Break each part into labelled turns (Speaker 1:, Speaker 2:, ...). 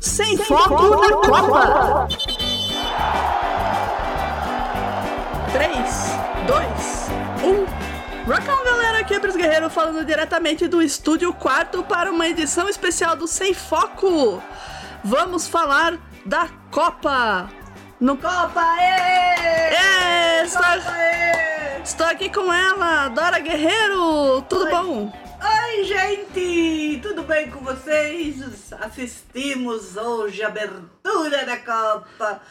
Speaker 1: Sem foco na Copa! 3, 2, 1. Rockão, galera! Aqui é Pris Guerreiro falando diretamente do Estúdio Quarto para uma edição especial do Sem Foco. Vamos falar da Copa. No
Speaker 2: Copa, ê!
Speaker 1: É, estou,
Speaker 2: Copa, ê!
Speaker 1: estou aqui com ela, Dora Guerreiro. Tudo
Speaker 2: Oi.
Speaker 1: bom?
Speaker 2: Oi, gente! Tudo bem com vocês? Assistimos hoje a abertura da Copa.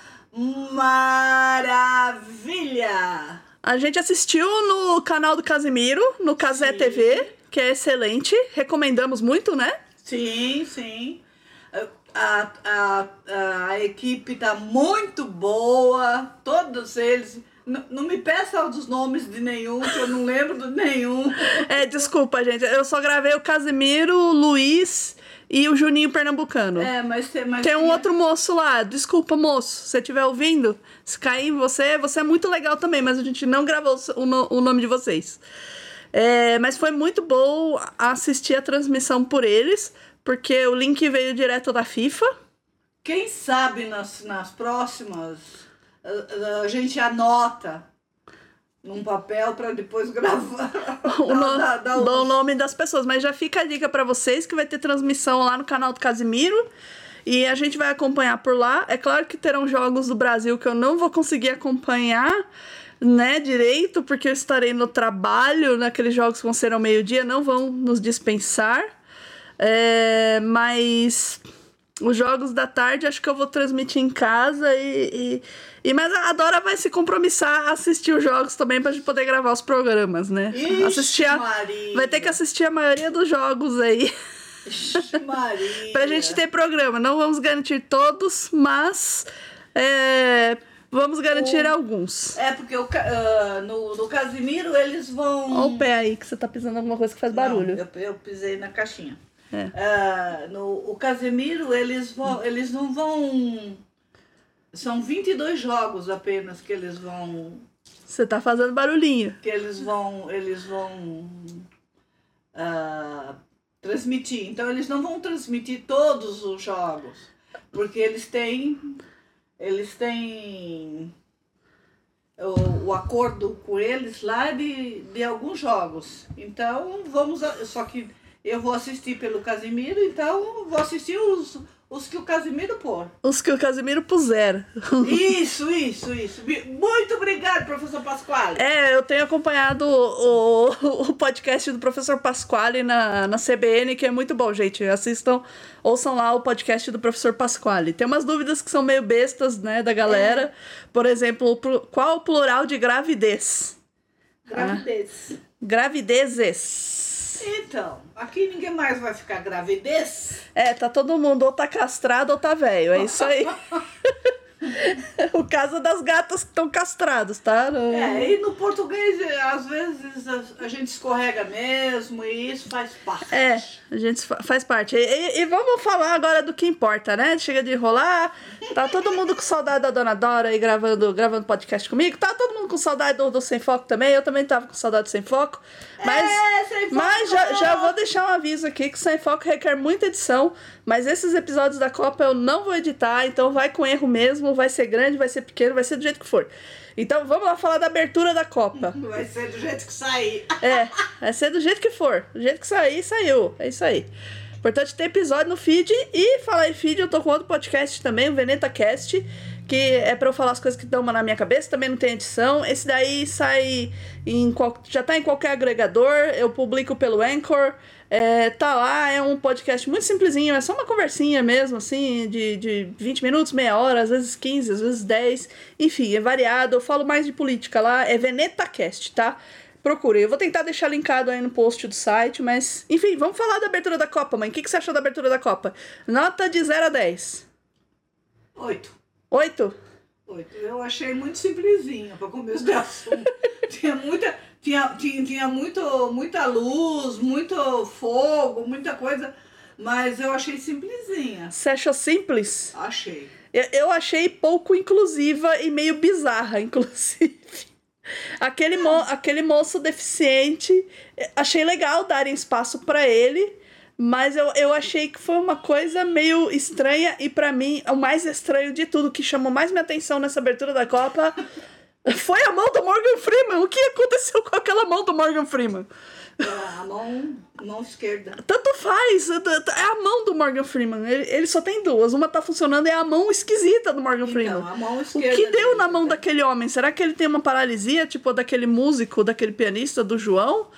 Speaker 2: Maravilha!
Speaker 1: A gente assistiu no canal do Casimiro, no Casé TV, que é excelente. Recomendamos muito, né?
Speaker 2: Sim, sim. A, a, a, a equipe tá muito boa, todos eles. N- não me peçam os nomes de nenhum, que eu não lembro de nenhum.
Speaker 1: É, desculpa, gente. Eu só gravei o Casimiro, o Luiz e o Juninho Pernambucano.
Speaker 2: É, mas, tem- mas
Speaker 1: Tem um
Speaker 2: tinha-
Speaker 1: outro moço lá. Desculpa, moço, se você estiver ouvindo, se cair em você, você é muito legal também, mas a gente não gravou o, no- o nome de vocês. É, mas foi muito bom assistir a transmissão por eles, porque o link veio direto da FIFA.
Speaker 2: Quem sabe nas, nas próximas eh, a, a gente anota num papel para depois gravar.
Speaker 1: O
Speaker 2: Dá-
Speaker 1: no-
Speaker 2: dá- dá um-
Speaker 1: dou o nome das pessoas. Mas já fica a dica pra vocês que vai ter transmissão lá no canal do Casimiro. E a gente vai acompanhar por lá. É claro que terão jogos do Brasil que eu não vou conseguir acompanhar, né, direito, porque eu estarei no trabalho, naqueles jogos que vão ser ao meio-dia, não vão nos dispensar. É, mas os jogos da tarde acho que eu vou transmitir em casa e, e, e- mas a Dora vai se compromissar a assistir os jogos também pra gente poder gravar os programas, né?
Speaker 2: Ixi,
Speaker 1: assistir a-
Speaker 2: Maria.
Speaker 1: vai ter que assistir a maioria dos jogos aí
Speaker 2: Ixi, Maria.
Speaker 1: pra gente ter programa. Não vamos garantir todos, mas é, vamos garantir alguns.
Speaker 2: É porque o, Ca- ah, no, no Casimiro eles vão.
Speaker 1: Olha o pé aí que você tá pisando alguma coisa que faz barulho.
Speaker 2: Não, eu, eu pisei na caixinha.
Speaker 1: É.
Speaker 2: Ah, no, o Casemiro, eles, vão, eles não vão. São 22 jogos apenas que eles vão.
Speaker 1: Você tá fazendo barulhinho.
Speaker 2: Que eles vão. Eles vão. ah, transmitir. Então eles não vão transmitir todos os jogos. Porque eles têm. Eles têm. O, o acordo com eles lá de, de alguns jogos. Então vamos. a- só que eu vou assistir pelo Casimiro, então vou assistir os, os que o Casimiro pôr.
Speaker 1: Os que o Casimiro puser.
Speaker 2: Isso, isso, isso. Muito obrigado, professor Pasquale.
Speaker 1: É, eu tenho acompanhado o, o- o podcast do professor Pasquale na, na CBN, que é muito bom, gente. Assistam, ouçam lá o podcast do professor Pasquale. Tem umas dúvidas que são meio bestas, né, da galera. Por exemplo, o plu- qual o plural de gravidez?
Speaker 2: Gravidez.
Speaker 1: Gravidezes.
Speaker 2: Então, aqui ninguém mais vai ficar gravidez.
Speaker 1: É, tá todo mundo ou tá castrado ou tá velho. É isso aí. o caso das gatas que estão castradas, tá?
Speaker 2: É, e no português, eh, às vezes, a, a gente escorrega mesmo e isso faz parte.
Speaker 1: É, a gente fa- faz parte. E, e- e vamos falar agora do que importa, né? Chega de enrolar. Tá todo mundo com saudade da Dona Dora aí gravando, gravando podcast comigo. Tá todo mundo com saudade do, do Sem Foco também. Eu também tava com saudade do Sem Foco. Mas,
Speaker 2: É, Sem Foco!
Speaker 1: mas já, já vou deixar um aviso aqui que o Sem Foco requer muita edição. Mas esses episódios da Copa eu não vou editar. Então vai com erro mesmo. Vai ser grande, vai ser pequeno, vai ser do jeito que for. Então vamos lá falar da abertura da Copa.
Speaker 2: Vai ser do jeito que sair.
Speaker 1: É, vai ser do jeito que for. Do jeito que sair, saiu. É isso aí. Importante ter episódio no feed. E falar em feed, eu tô com outro podcast também, o VenetaCast, que é pra eu falar as coisas que dão na minha cabeça, também não tem edição. Esse daí sai em qual- já tá em qualquer agregador, eu publico pelo Anchor. É, tá lá, é um podcast muito simplesinho, é só uma conversinha mesmo, assim, de, de 20 minutos, meia hora, às vezes 15, às vezes 10. Enfim, é variado. Eu falo mais de política lá, é VenetaCast, tá? Procure. Eu vou tentar deixar linkado aí no post do site, mas. Enfim, vamos falar da abertura da Copa, mãe. O que, que você achou da abertura da Copa? Nota de 0 a 10.
Speaker 2: Oito.
Speaker 1: 8?
Speaker 2: Oito. Eu achei muito simplesinho para começo de assunto. tinha muita, tinha, tinha, tinha muito, muita luz, muito fogo, muita coisa, mas eu achei simplesinha.
Speaker 1: Você achou simples?
Speaker 2: Achei.
Speaker 1: Eu, eu achei pouco inclusiva e meio bizarra, inclusive. Aquele, mo aquele moço deficiente, eh, achei legal darem espaço pra ele, Mas eu, eu achei que foi uma coisa meio estranha e para mim o mais estranho de tudo que chamou mais minha atenção nessa abertura da Copa foi a mão do Morgan Freeman. O que aconteceu com aquela mão do Morgan Freeman?
Speaker 2: Então, A mão, mão esquerda.
Speaker 1: Tanto faz, é a mão do Morgan Freeman. Ele, ele só tem duas, uma tá funcionando e é a mão esquisita do Morgan Freeman.
Speaker 2: Então, a mão
Speaker 1: O
Speaker 2: esquerda. né?
Speaker 1: que deu
Speaker 2: dele.
Speaker 1: na mão daquele homem? Será que ele tem uma paralisia, tipo, daquele músico, daquele pianista, do João?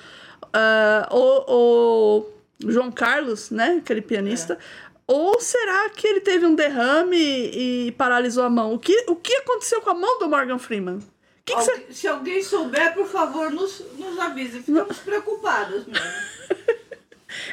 Speaker 1: Ah, ou, ou João Carlos, né? Aquele pianista. Ou será que ele teve um derrame e paralisou a mão? O que, o que aconteceu com a mão do Morgan Freeman? O que, que
Speaker 2: Algu-
Speaker 1: você...
Speaker 2: Se alguém souber, por favor, nos, nos avise. Ficamos preocupados mesmo.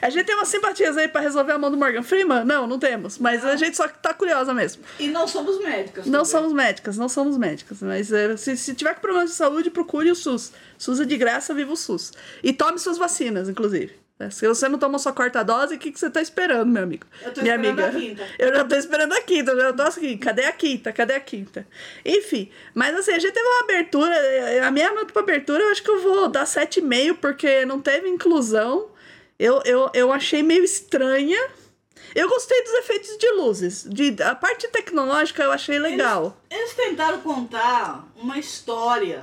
Speaker 1: A gente tem umas simpatias aí pra resolver a mão do Morgan Freeman? Não, não temos. Mas a gente só tá curiosa mesmo.
Speaker 2: E não somos médicos.
Speaker 1: Não
Speaker 2: também.
Speaker 1: somos médicas, não somos médicas. Mas eh, se, se tiver com problemas de saúde, procure o SUS. SUS é de graça, viva o SUS. E tome suas vacinas, inclusive. né? Se você não tomou sua quarta dose, o que, que você tá esperando, meu amigo?
Speaker 2: Eu tô
Speaker 1: Minha
Speaker 2: esperando
Speaker 1: amiga.
Speaker 2: a quinta.
Speaker 1: Eu já tô esperando a quinta, eu já tô assim, cadê a quinta? Cadê a quinta? Enfim, mas assim, a gente teve uma abertura, eh, a minha nota pra abertura eu acho que eu vou dar 7,5, porque não teve inclusão. Eu, eu, eu achei meio estranha. Eu gostei dos efeitos de luzes. De, a parte tecnológica eu achei legal.
Speaker 2: Eles tentaram contar uma história.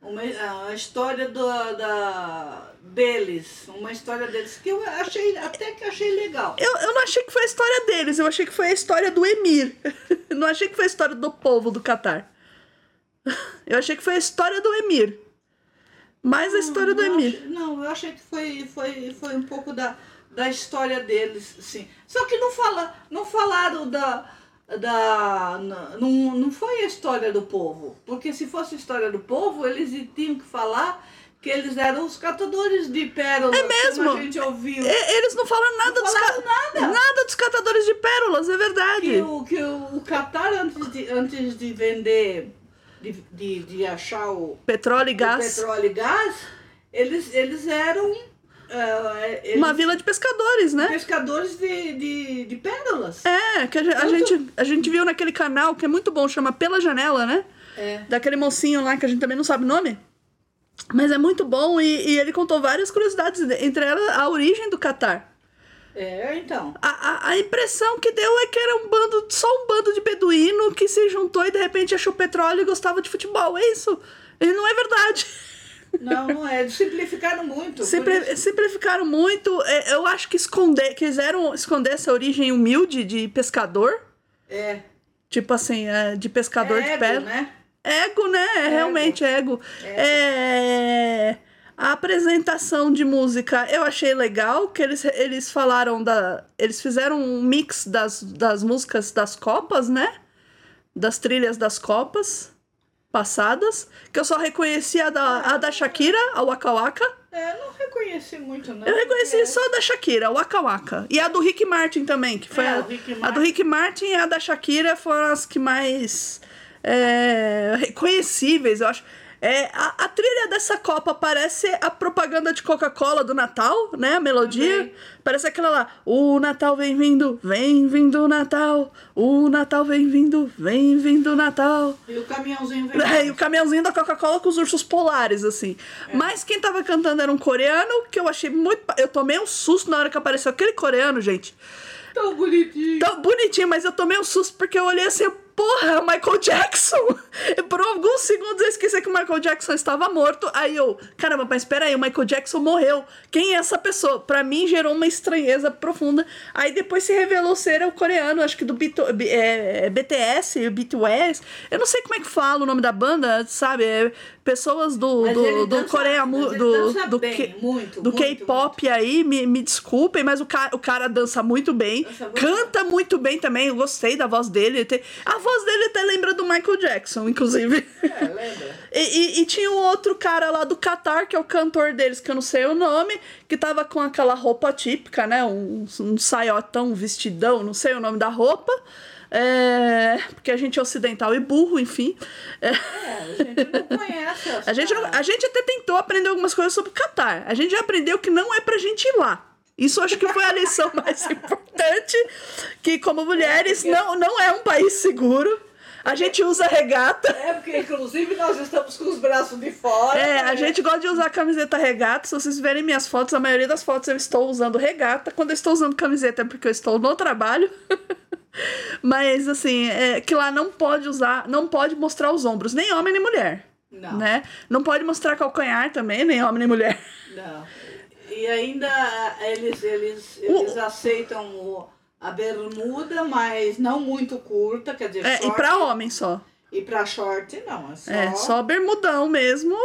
Speaker 2: Uma, ah, a história do, da, deles. Uma história deles que eu achei, até que achei legal.
Speaker 1: Eu, eu não achei que foi a história deles, eu achei que foi a história do Emir. não achei que foi a história do povo do Catar. Eu achei que foi a história do Emir. Mais a história do
Speaker 2: eu
Speaker 1: Emir.
Speaker 2: achei- não, eu achei que foi, foi, foi um pouco da, da história deles, sim. Só que não, fala, não falaram da. da não, não foi a história do povo. Porque se fosse a história do povo, eles tinham que falar que eles eram os catadores de pérolas. É
Speaker 1: mesmo? É
Speaker 2: a gente ouviu.
Speaker 1: E- eles não falaram nada
Speaker 2: Não
Speaker 1: dos
Speaker 2: falaram
Speaker 1: ca- nada dos catadores de pérolas, é
Speaker 2: que
Speaker 1: verdade.
Speaker 2: o, que o, o Qatar, antes de, antes de vender, de, de, de achar o,
Speaker 1: Petróleo e
Speaker 2: o
Speaker 1: gás.
Speaker 2: petróleo e gás, eles, eles eram. ah, eles
Speaker 1: Uma vila de pescadores, né?
Speaker 2: Pescadores de, de, de pérolas.
Speaker 1: É, que a, ge- a
Speaker 2: Tanto-
Speaker 1: gente, a gente viu naquele canal que é muito bom, chama Pela Janela, né?
Speaker 2: É.
Speaker 1: Daquele mocinho lá que a gente também não sabe o nome. Mas é muito bom e, e ele contou várias curiosidades, entre elas a origem do Catar.
Speaker 2: É, então.
Speaker 1: A, a, a impressão que deu é que era um bando, só um bando de beduíno que se juntou e de repente achou petróleo e gostava de futebol. É isso? E não é verdade.
Speaker 2: Não, não é. Eles simplificaram muito.
Speaker 1: Simpli-
Speaker 2: por isso.
Speaker 1: simplificaram muito. É, Eu acho que esconder, quiseram esconder essa origem humilde de pescador.
Speaker 2: É.
Speaker 1: Tipo assim, é, de pescador
Speaker 2: é
Speaker 1: de
Speaker 2: ego,
Speaker 1: pedra.
Speaker 2: né?
Speaker 1: Ego, né? É realmente ego. É, A apresentação de música eu achei legal, que eles, eles falaram da. Eles fizeram um mix das, das músicas das Copas, né? Das trilhas das Copas passadas. Que eu só reconheci a da, a da Shakira, a Waka Waka.
Speaker 2: É, não reconheci muito, não.
Speaker 1: Eu reconheci
Speaker 2: porque- é.
Speaker 1: só a da Shakira, o Waka Waka. E a do Rick Martin também, que foi
Speaker 2: É,
Speaker 1: a,
Speaker 2: o Rick
Speaker 1: a do Rick Martin e a da Shakira foram as que mais é, reconhecíveis, eu acho. É, a, a trilha dessa Copa parece a propaganda de Coca-Cola do Natal, né? A melodia.
Speaker 2: Também.
Speaker 1: Parece aquela lá. O Natal vem vindo, vem vindo o Natal. O Natal vem vindo, vem vindo o Natal.
Speaker 2: E o caminhãozinho veio.
Speaker 1: É, e o caminhãozinho da Coca-Cola com os ursos polares, assim. Mas quem tava cantando era um coreano, que eu achei muito. pa- Eu tomei um susto na hora que apareceu aquele coreano, gente.
Speaker 2: Tão bonitinho.
Speaker 1: Tão bonitinho, mas eu tomei um susto porque eu olhei assim, porra, é o Michael Jackson! E por alguns segundos eu esqueci que o Michael Jackson estava morto. Aí eu, caramba, mas peraí, o Michael Jackson morreu. Quem é essa pessoa? Pra mim gerou uma estranheza profunda. Aí depois se revelou ser o coreano, acho que do Bito- B- é, é BTS, BTS. Eu não sei como é que fala o nome da banda, sabe? É pessoas do,
Speaker 2: Mas ele
Speaker 1: do, do
Speaker 2: dança-
Speaker 1: Coreia
Speaker 2: mas
Speaker 1: Mu-
Speaker 2: ele
Speaker 1: do,
Speaker 2: dança
Speaker 1: do,
Speaker 2: bem,
Speaker 1: K-
Speaker 2: muito,
Speaker 1: do
Speaker 2: muito,
Speaker 1: K-pop aí, me, me desculpem, mas o cara, o cara dança muito bem,
Speaker 2: Dança muito
Speaker 1: canta canta muito bem também. Eu gostei da voz dele. Ele tem- A voz dele até lembra do Michael Jackson, inclusive.
Speaker 2: É, lembra?
Speaker 1: E, e- e tinha um outro cara lá do Catar, que é o cantor deles, que eu não sei o nome, que tava com aquela roupa típica, né? Um, um saiotão, um vestidão, não sei o nome da roupa. É, Porque a gente é ocidental e burro, enfim. É,
Speaker 2: É, a gente não conhece as
Speaker 1: A, gente não-
Speaker 2: caras.
Speaker 1: a gente até tentou aprender algumas coisas sobre o Catar. A gente já aprendeu que não é pra gente ir lá. Isso acho que foi a lição mais importante, que como mulheres não, não é um país seguro. A gente usa regata.
Speaker 2: É, porque inclusive nós estamos com os braços de fora.
Speaker 1: É, a
Speaker 2: né?
Speaker 1: gente gosta de usar camiseta regata. Se vocês verem minhas fotos, a maioria das fotos eu estou usando regata. Quando eu estou usando camiseta é porque eu estou no trabalho. Mas assim, é que lá não pode usar, não pode mostrar os ombros, nem homem nem mulher,
Speaker 2: Não,
Speaker 1: né? Não pode mostrar calcanhar também, nem homem nem mulher.
Speaker 2: não. E ainda eles, eles,
Speaker 1: O-
Speaker 2: eles aceitam o- a bermuda, mas não muito curta, quer dizer,
Speaker 1: É, e
Speaker 2: short.
Speaker 1: pra homem só.
Speaker 2: E pra short, não. É só.
Speaker 1: É, só bermudão mesmo.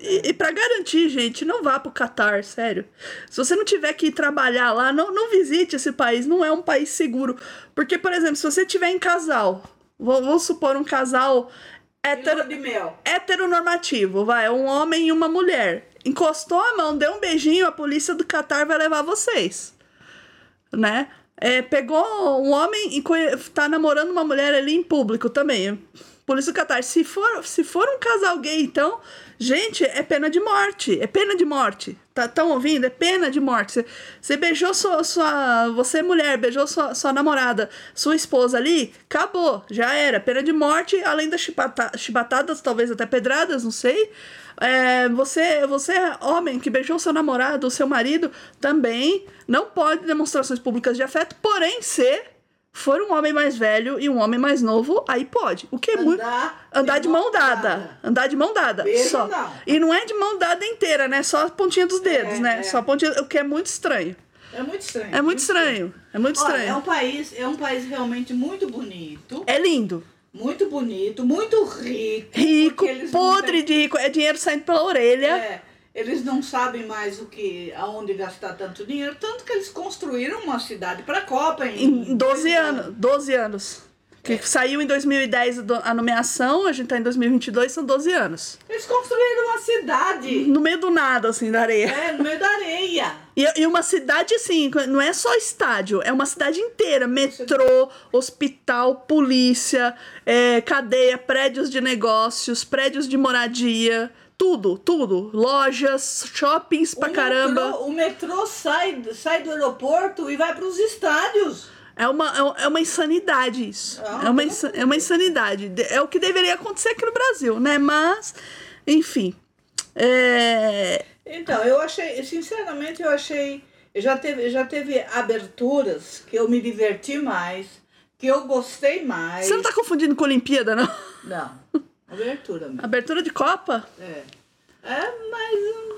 Speaker 1: E, e para garantir, gente, não vá pro Catar, sério. Se você não tiver que ir trabalhar lá, não, não visite esse país, não é um país seguro. Porque, por exemplo, se você tiver em casal, vou- vamos supor um casal
Speaker 2: e lua
Speaker 1: hétero,
Speaker 2: de mel.
Speaker 1: heteronormativo, vai, um homem e uma mulher. Encostou a mão, deu um beijinho, a polícia do Catar vai levar vocês. Né? É, pegou um homem e conhe- tá namorando uma mulher ali em público também. Polícia do Catar, se for, se for um casal gay, então, gente, é pena de morte. É pena de morte. Tá, tão ouvindo? É pena de morte. Você- Você beijou sua, sua. Você, mulher, beijou sua, sua namorada, sua esposa ali, acabou, já era. Pena de morte, além das chibata- chibatadas, talvez até pedradas, não sei. É, você, você, homem que beijou seu namorado, seu marido, também não pode demonstrações públicas de afeto, porém, se for um homem mais velho e um homem mais novo, aí pode. O que é muito.
Speaker 2: Andar,
Speaker 1: Andar de mão dada. Andar de mão dada.
Speaker 2: Beijo,
Speaker 1: só.
Speaker 2: não.
Speaker 1: E não é de mão dada inteira, né? Só a pontinha dos dedos,
Speaker 2: É,
Speaker 1: né?
Speaker 2: é.
Speaker 1: Só a pontinha, o que é muito estranho.
Speaker 2: É muito estranho.
Speaker 1: É muito estranho. É muito
Speaker 2: Olha,
Speaker 1: estranho.
Speaker 2: é um país, é um país realmente muito bonito,
Speaker 1: É lindo.
Speaker 2: muito bonito, muito rico.
Speaker 1: Rico,
Speaker 2: porque eles não
Speaker 1: podre né?
Speaker 2: têm-
Speaker 1: de rico. É dinheiro saindo pela orelha.
Speaker 2: É, eles não sabem mais o que, aonde gastar tanto dinheiro, tanto que eles construíram uma cidade para a Copa em,
Speaker 1: Em 12 anos. 12 anos.
Speaker 2: É.
Speaker 1: Que saiu em 2010 a do- a nomeação, a gente tá em 2022, são 12 anos.
Speaker 2: Eles construíram uma cidade
Speaker 1: No meio do nada, assim, da areia.
Speaker 2: é, no meio da areia.
Speaker 1: E, e uma cidade assim, não é só estádio, é uma cidade inteira: metrô, hospital, polícia, é, cadeia, prédios de negócios, prédios de moradia, tudo, tudo. Lojas, shoppings pra
Speaker 2: O
Speaker 1: caramba.
Speaker 2: metrô- o metrô sai, sai do aeroporto e vai para os estádios.
Speaker 1: É uma, é um- é uma insanidade isso.
Speaker 2: Ah,
Speaker 1: é, uma insa- é uma insanidade. De- É o que deveria acontecer aqui no Brasil, né? Mas, enfim. É,
Speaker 2: Então, eu achei, sinceramente, eu achei. Já teve, já teve aberturas que eu me diverti mais, que eu gostei mais.
Speaker 1: Você não tá confundindo com Olimpíada, não?
Speaker 2: Não, abertura mesmo.
Speaker 1: Abertura de Copa?
Speaker 2: É. É, mas hum,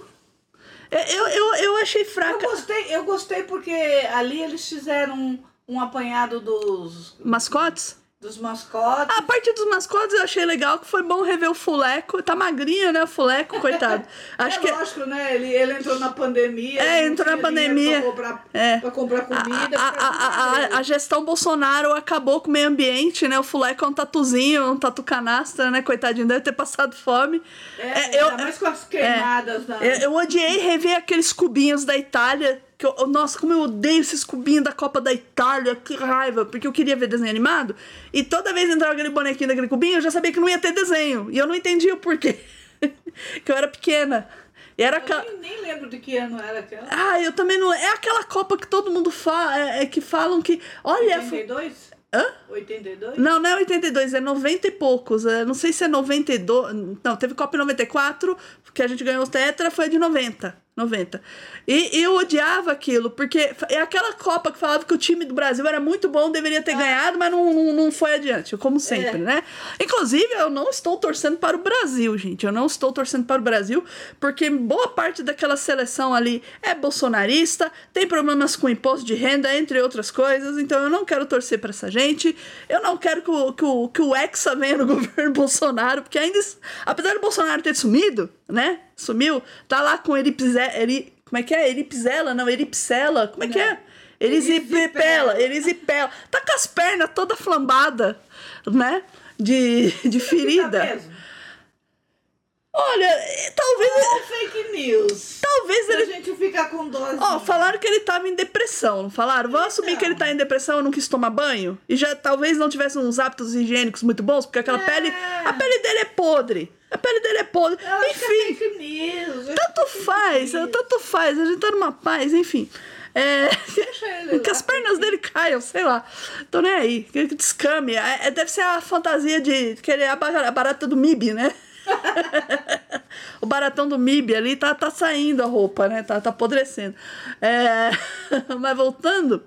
Speaker 1: É, Eu, eu, eu achei
Speaker 2: eu
Speaker 1: fraca.
Speaker 2: gostei, eu gostei porque ali eles fizeram um, um apanhado dos,
Speaker 1: Mascotes? Ah,
Speaker 2: dos mascotes.
Speaker 1: A parte dos mascotes eu achei legal, que foi bom rever o Fuleco. Tá magrinho, né? O Fuleco, coitado. Ah, Acho
Speaker 2: é
Speaker 1: que.
Speaker 2: lógico, né? Ele, ele entrou na pandemia.
Speaker 1: É,
Speaker 2: ele não
Speaker 1: entrou na
Speaker 2: tinha
Speaker 1: pandemia.
Speaker 2: dinheiro Pra comprar,
Speaker 1: É.
Speaker 2: pra comprar comida.
Speaker 1: A, a- a- a- a gestão Bolsonaro acabou com o meio ambiente, né? O Fuleco é um tatuzinho, um tatu canastra, né? Coitadinho, deve ter passado fome.
Speaker 2: é,
Speaker 1: é, eu- é,
Speaker 2: ainda mais com as queimadas na.
Speaker 1: Eu, eu odiei rever aqueles cubinhos da Itália. Que eu- eu- nossa, como eu odeio esses cubinhos da Copa da Itália, que raiva, porque eu queria ver desenho animado. E toda vez que entrava aquele bonequinho daquele cubinho, eu já sabia que não ia ter desenho. E eu não entendia o porquê. que eu era pequena. E era.
Speaker 2: Eu
Speaker 1: é, ca-
Speaker 2: nem, nem lembro de que ano era aquela.
Speaker 1: Ah, eu também não. É aquela Copa que todo mundo fala. É, é que falam que. Olha. fu-
Speaker 2: 82?
Speaker 1: Hã?
Speaker 2: 82?
Speaker 1: Não, não é 82, é 90 e poucos. É, não sei se é 92. Não, teve Copa em 94, que a gente ganhou o Tetra, foi a de 90. 90. E eu odiava aquilo, porque fa- é aquela Copa que falava que o time do Brasil era muito bom, deveria ter ganhado, mas não, não, não foi adiante, como sempre,
Speaker 2: É.
Speaker 1: né? Inclusive, eu não estou torcendo para o Brasil, gente. Eu não estou torcendo para o Brasil, porque boa parte daquela seleção ali é bolsonarista, tem problemas com imposto de renda, entre outras coisas. Então, eu não quero torcer para essa gente. Eu não quero que o, que o, que o Hexa venha no governo Bolsonaro, porque ainda. es- Apesar do Bolsonaro ter sumido, né? Sumiu, tá lá com Eripizé. Eri, como é que é? Eripizela? Não, Eripsela. Como é que é? Erisipela,
Speaker 2: Erisipela.
Speaker 1: Erisipela. Tá com as pernas toda flambada, né? De, de
Speaker 2: Tá
Speaker 1: ferida.
Speaker 2: preso.
Speaker 1: Olha, eh, talvez,
Speaker 2: Ou É fake news.
Speaker 1: talvez
Speaker 2: Se a
Speaker 1: ele.
Speaker 2: gente ficar com dose.
Speaker 1: Ó, falaram que ele tava em depressão, não falaram? Vamos assumir
Speaker 2: Então.
Speaker 1: que ele tá em depressão e não quis tomar banho? E já talvez não tivesse uns hábitos higiênicos muito bons, porque aquela
Speaker 2: É.
Speaker 1: pele. A pele dele é podre. A pele dele é podre.
Speaker 2: Eu acho que
Speaker 1: Enfim,
Speaker 2: é fake news. eu
Speaker 1: tanto
Speaker 2: acho que é
Speaker 1: faz,
Speaker 2: fake news.
Speaker 1: tanto faz. A gente tá numa paz, enfim. É,
Speaker 2: Deixa ele
Speaker 1: que
Speaker 2: lá.
Speaker 1: as pernas dele caiam, sei lá. Tô nem aí. Que que descame. É, é- deve ser a fantasia de querer a ba- a barata do MIB, né? o baratão do MIB ali tá, tá saindo a roupa, né? Tá, tá apodrecendo. É, mas voltando.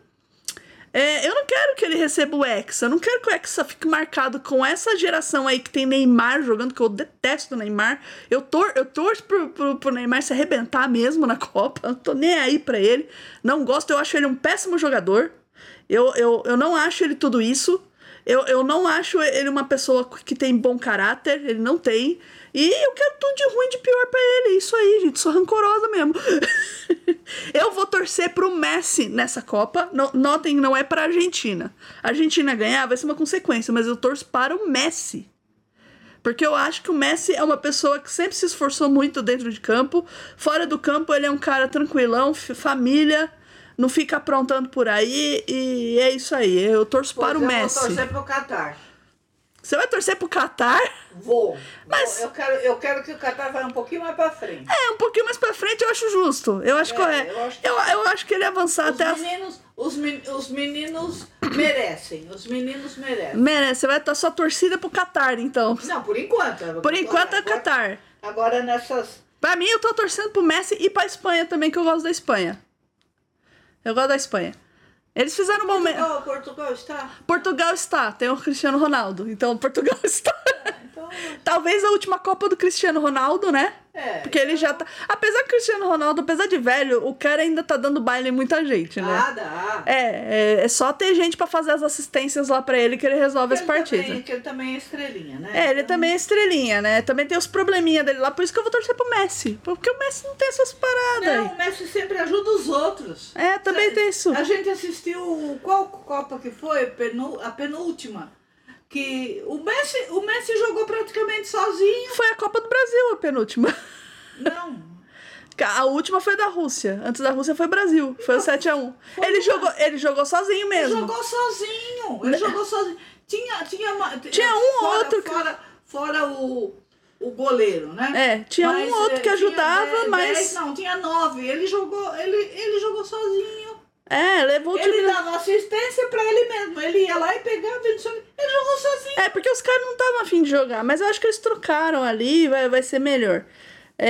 Speaker 1: É, eu não quero que ele receba o Hexa. Eu não quero que o Hexa fique marcado com essa geração aí que tem Neymar jogando, que eu detesto o Neymar. Eu, tor eu torço pro, pro, pro Neymar se arrebentar mesmo na Copa. Eu não tô nem aí pra ele. Não gosto, eu acho ele um péssimo jogador. Eu, eu, eu não acho ele tudo isso. Eu, eu não acho ele uma pessoa que tem bom caráter, ele não tem. E eu quero tudo de ruim, de pior pra ele. É Isso aí, gente, sou rancorosa mesmo. eu vou torcer pro Messi nessa Copa. No- notem, não é pra Argentina. A Argentina ganhar vai ser uma consequência, mas eu torço para o Messi. Porque eu acho que o Messi é uma pessoa que sempre se esforçou muito dentro de campo. Fora do campo, ele é um cara tranquilão, f- família, não fica aprontando por aí. E é isso aí. Eu torço
Speaker 2: Pois é,
Speaker 1: para o
Speaker 2: eu
Speaker 1: Messi.
Speaker 2: Vou torcer pro Catar.
Speaker 1: Você vai torcer pro Qatar?
Speaker 2: Vou.
Speaker 1: Mas-
Speaker 2: Mas... Eu, quero, eu quero que o Catar vá um pouquinho mais pra frente.
Speaker 1: É, um pouquinho mais pra frente eu acho justo. Eu acho
Speaker 2: É,
Speaker 1: correto. Eu
Speaker 2: eu
Speaker 1: acho,
Speaker 2: acho
Speaker 1: eu, acho que ele avançar até
Speaker 2: Os
Speaker 1: as.
Speaker 2: meninos, os, men- os meninos merecem. Os meninos merecem.
Speaker 1: Merece, você vai estar só torcida pro Qatar, então.
Speaker 2: Não, por enquanto.
Speaker 1: Por enquanto é
Speaker 2: agora,
Speaker 1: Qatar.
Speaker 2: Agora nessas.
Speaker 1: Pra mim, eu tô torcendo pro Messi e pra Espanha também, que eu gosto da Espanha. Eu gosto da Espanha. Eles fizeram um bom. me-
Speaker 2: Portugal, Portugal está?
Speaker 1: Portugal está, tem o Cristiano Ronaldo. Então, Portugal está.
Speaker 2: Então,
Speaker 1: Talvez a última Copa do Cristiano Ronaldo, né?
Speaker 2: é.
Speaker 1: Porque ele já tá. Apesar que o Cristiano Ronaldo, apesar de velho, o cara ainda tá dando baile em muita gente, né?
Speaker 2: Ah, dá.
Speaker 1: É, é, é só ter gente pra fazer as assistências lá pra ele que ele resolve as
Speaker 2: Ele
Speaker 1: partidas.
Speaker 2: Também, que ele também é estrelinha, né?
Speaker 1: É, ele
Speaker 2: Então,
Speaker 1: também é estrelinha, né? Também tem os probleminha dele lá, por isso que eu vou torcer pro Messi. Porque o Messi não tem essas paradas
Speaker 2: Não, o Messi sempre ajuda os outros.
Speaker 1: aí. É, também
Speaker 2: Sa-
Speaker 1: tem isso.
Speaker 2: A gente assistiu qual Copa que foi? Penu- a penúltima. Que o Messi, o Messi jogou praticamente sozinho.
Speaker 1: Foi a Copa do Brasil, a penúltima.
Speaker 2: Não.
Speaker 1: A última foi da Rússia. Antes da Rússia foi Brasil. Foi o 7x1.
Speaker 2: foi
Speaker 1: Ele
Speaker 2: lá.
Speaker 1: jogou, ele jogou sozinho
Speaker 2: Ele
Speaker 1: mesmo. Né?
Speaker 2: jogou sozinho. Ele jogou sozinho. Tinha, tinha, uma-
Speaker 1: Tinha um ou
Speaker 2: fora,
Speaker 1: outro que-
Speaker 2: Fora, fora o, o goleiro, né?
Speaker 1: É, tinha
Speaker 2: Mas,
Speaker 1: um outro
Speaker 2: eh,
Speaker 1: que
Speaker 2: tinha
Speaker 1: ajudava,
Speaker 2: dez-
Speaker 1: mas.
Speaker 2: dez, não, tinha nove. Ele jogou, ele, ele jogou sozinho.
Speaker 1: É, levou o time.
Speaker 2: Ele dava assistência pra ele mesmo. Ele ia lá e pegava, ele só- ele jogou sozinho.
Speaker 1: É, porque os caras não estavam afim de jogar, mas eu acho que eles trocaram ali, vai, vai ser melhor.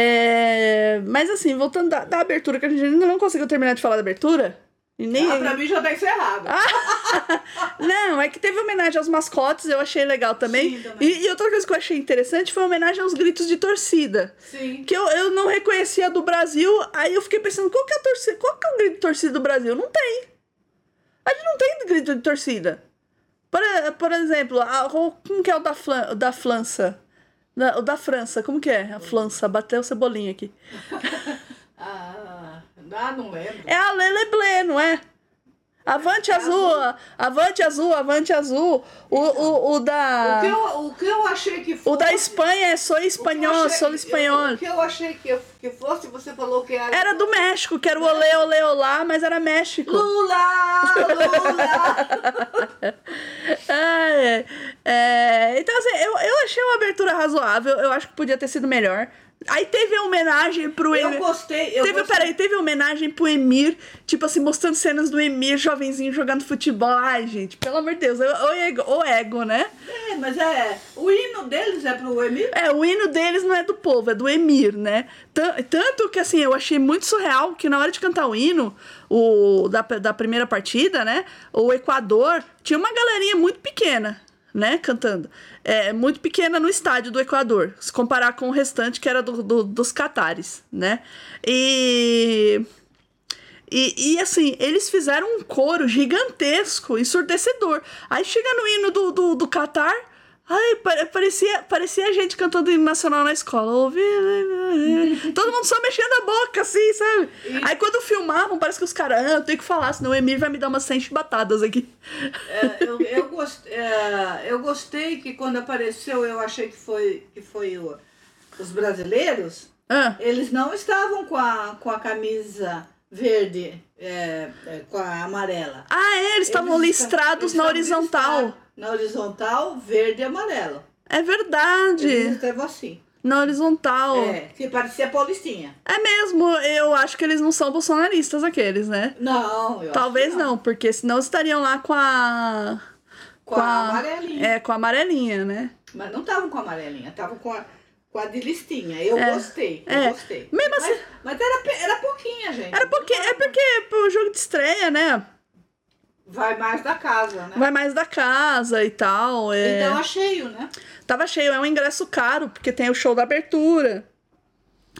Speaker 1: É, mas assim, voltando da, da abertura, que a gente ainda não conseguiu terminar de falar da abertura. E nem.
Speaker 2: Ah, pra mim já tá encerrado.
Speaker 1: Ah. Não, é que teve homenagem aos mascotes, eu achei legal também.
Speaker 2: Sim, também.
Speaker 1: E, e outra coisa que eu achei interessante foi a homenagem aos gritos de torcida.
Speaker 2: Sim.
Speaker 1: Que eu, eu não reconhecia do Brasil, aí eu fiquei pensando, qual que é a torcida? Qual que é o grito de torcida do Brasil? Não tem. A gente não tem grito de torcida. Por, por exemplo, a- o- como que é o da, Flan, o da Flança? Da- o da França, como que é? A Flança, bateu cebolinha aqui.
Speaker 2: Ah, ah, não lembro.
Speaker 1: É a Leleblé, não é?
Speaker 2: É
Speaker 1: Avante azul, avante azul, avante azul. O, o, o da.
Speaker 2: O, que eu, o que eu achei que fosse.
Speaker 1: Ah. O da Espanha é Soy
Speaker 2: o que eu
Speaker 1: Espanhol,
Speaker 2: achei-
Speaker 1: Solo
Speaker 2: eu-
Speaker 1: Espanhol.
Speaker 2: O que eu achei que, que fosse, você falou que era.
Speaker 1: Era do México, que era o
Speaker 2: É.
Speaker 1: Olê, Olê, Olá, mas era México.
Speaker 2: Lula! Lula!
Speaker 1: Ai, ai. É, então, assim, eu, eu achei uma abertura razoável, eu acho que podia ter sido melhor. Aí teve a homenagem pro
Speaker 2: eu
Speaker 1: Emir.
Speaker 2: gostei. Eu
Speaker 1: Teve,
Speaker 2: gostei.
Speaker 1: peraí, teve a homenagem pro Emir, tipo assim, mostrando cenas do Emir, jovenzinho jogando futebol. Ai, gente, pelo amor de Deus, eu- o ego, o ego, né?
Speaker 2: É, mas é. O hino deles é pro Emílio.
Speaker 1: É, o hino deles não é do povo, é do Emir, né? Tan- Tanto que, assim, eu achei muito surreal que na hora de cantar o hino o, da, da primeira partida, né? O Equador tinha uma galerinha muito pequena, né? Cantando. É, muito pequena no estádio do Equador, se comparar com o restante que era do, do- dos catares, né? E. E, e, assim, eles fizeram um coro gigantesco, ensurdecedor. Aí chega no hino do, do, do Qatar. Ai, pa- parecia, parecia a gente cantando hino nacional na escola. Ouvi- Todo mundo só mexendo a boca, assim, sabe? Aí quando filmavam, parece que os caras, ah, eu tenho que falar, senão o Emir vai me dar umas 100 chibatadas aqui.
Speaker 2: É, eu, eu, gost- é, eu gostei que quando apareceu, eu achei que foi, que foi o- os brasileiros.
Speaker 1: Ah,
Speaker 2: Eles não estavam com a, com a camisa verde, é, é, com a amarela.
Speaker 1: ah é, eles estavam
Speaker 2: Eles
Speaker 1: listrados
Speaker 2: estavam
Speaker 1: na horizontal.
Speaker 2: listrados Na horizontal, verde e amarelo.
Speaker 1: É verdade.
Speaker 2: Eles estavam assim.
Speaker 1: Na horizontal.
Speaker 2: É, que parecia paulistinha.
Speaker 1: É mesmo, eu acho que eles não são bolsonaristas aqueles, né?
Speaker 2: Não, eu
Speaker 1: Talvez
Speaker 2: acho que
Speaker 1: não. porque senão estariam lá com a.
Speaker 2: Com, a amarelinha.
Speaker 1: É, com a amarelinha, né?
Speaker 2: Mas não estavam com a amarelinha, estavam com a, com a de listinha. Eu
Speaker 1: É,
Speaker 2: gostei, eu
Speaker 1: é.
Speaker 2: gostei.
Speaker 1: Mesmo
Speaker 2: mas,
Speaker 1: assim-
Speaker 2: mas era, pe- era pouquinha, gente.
Speaker 1: Era porque. É porque pro jogo de estreia, né?
Speaker 2: Vai mais da casa, né?
Speaker 1: Vai mais da casa e tal. é.
Speaker 2: Então é cheio, né?
Speaker 1: Tava cheio, é um ingresso caro, porque tem o show da abertura,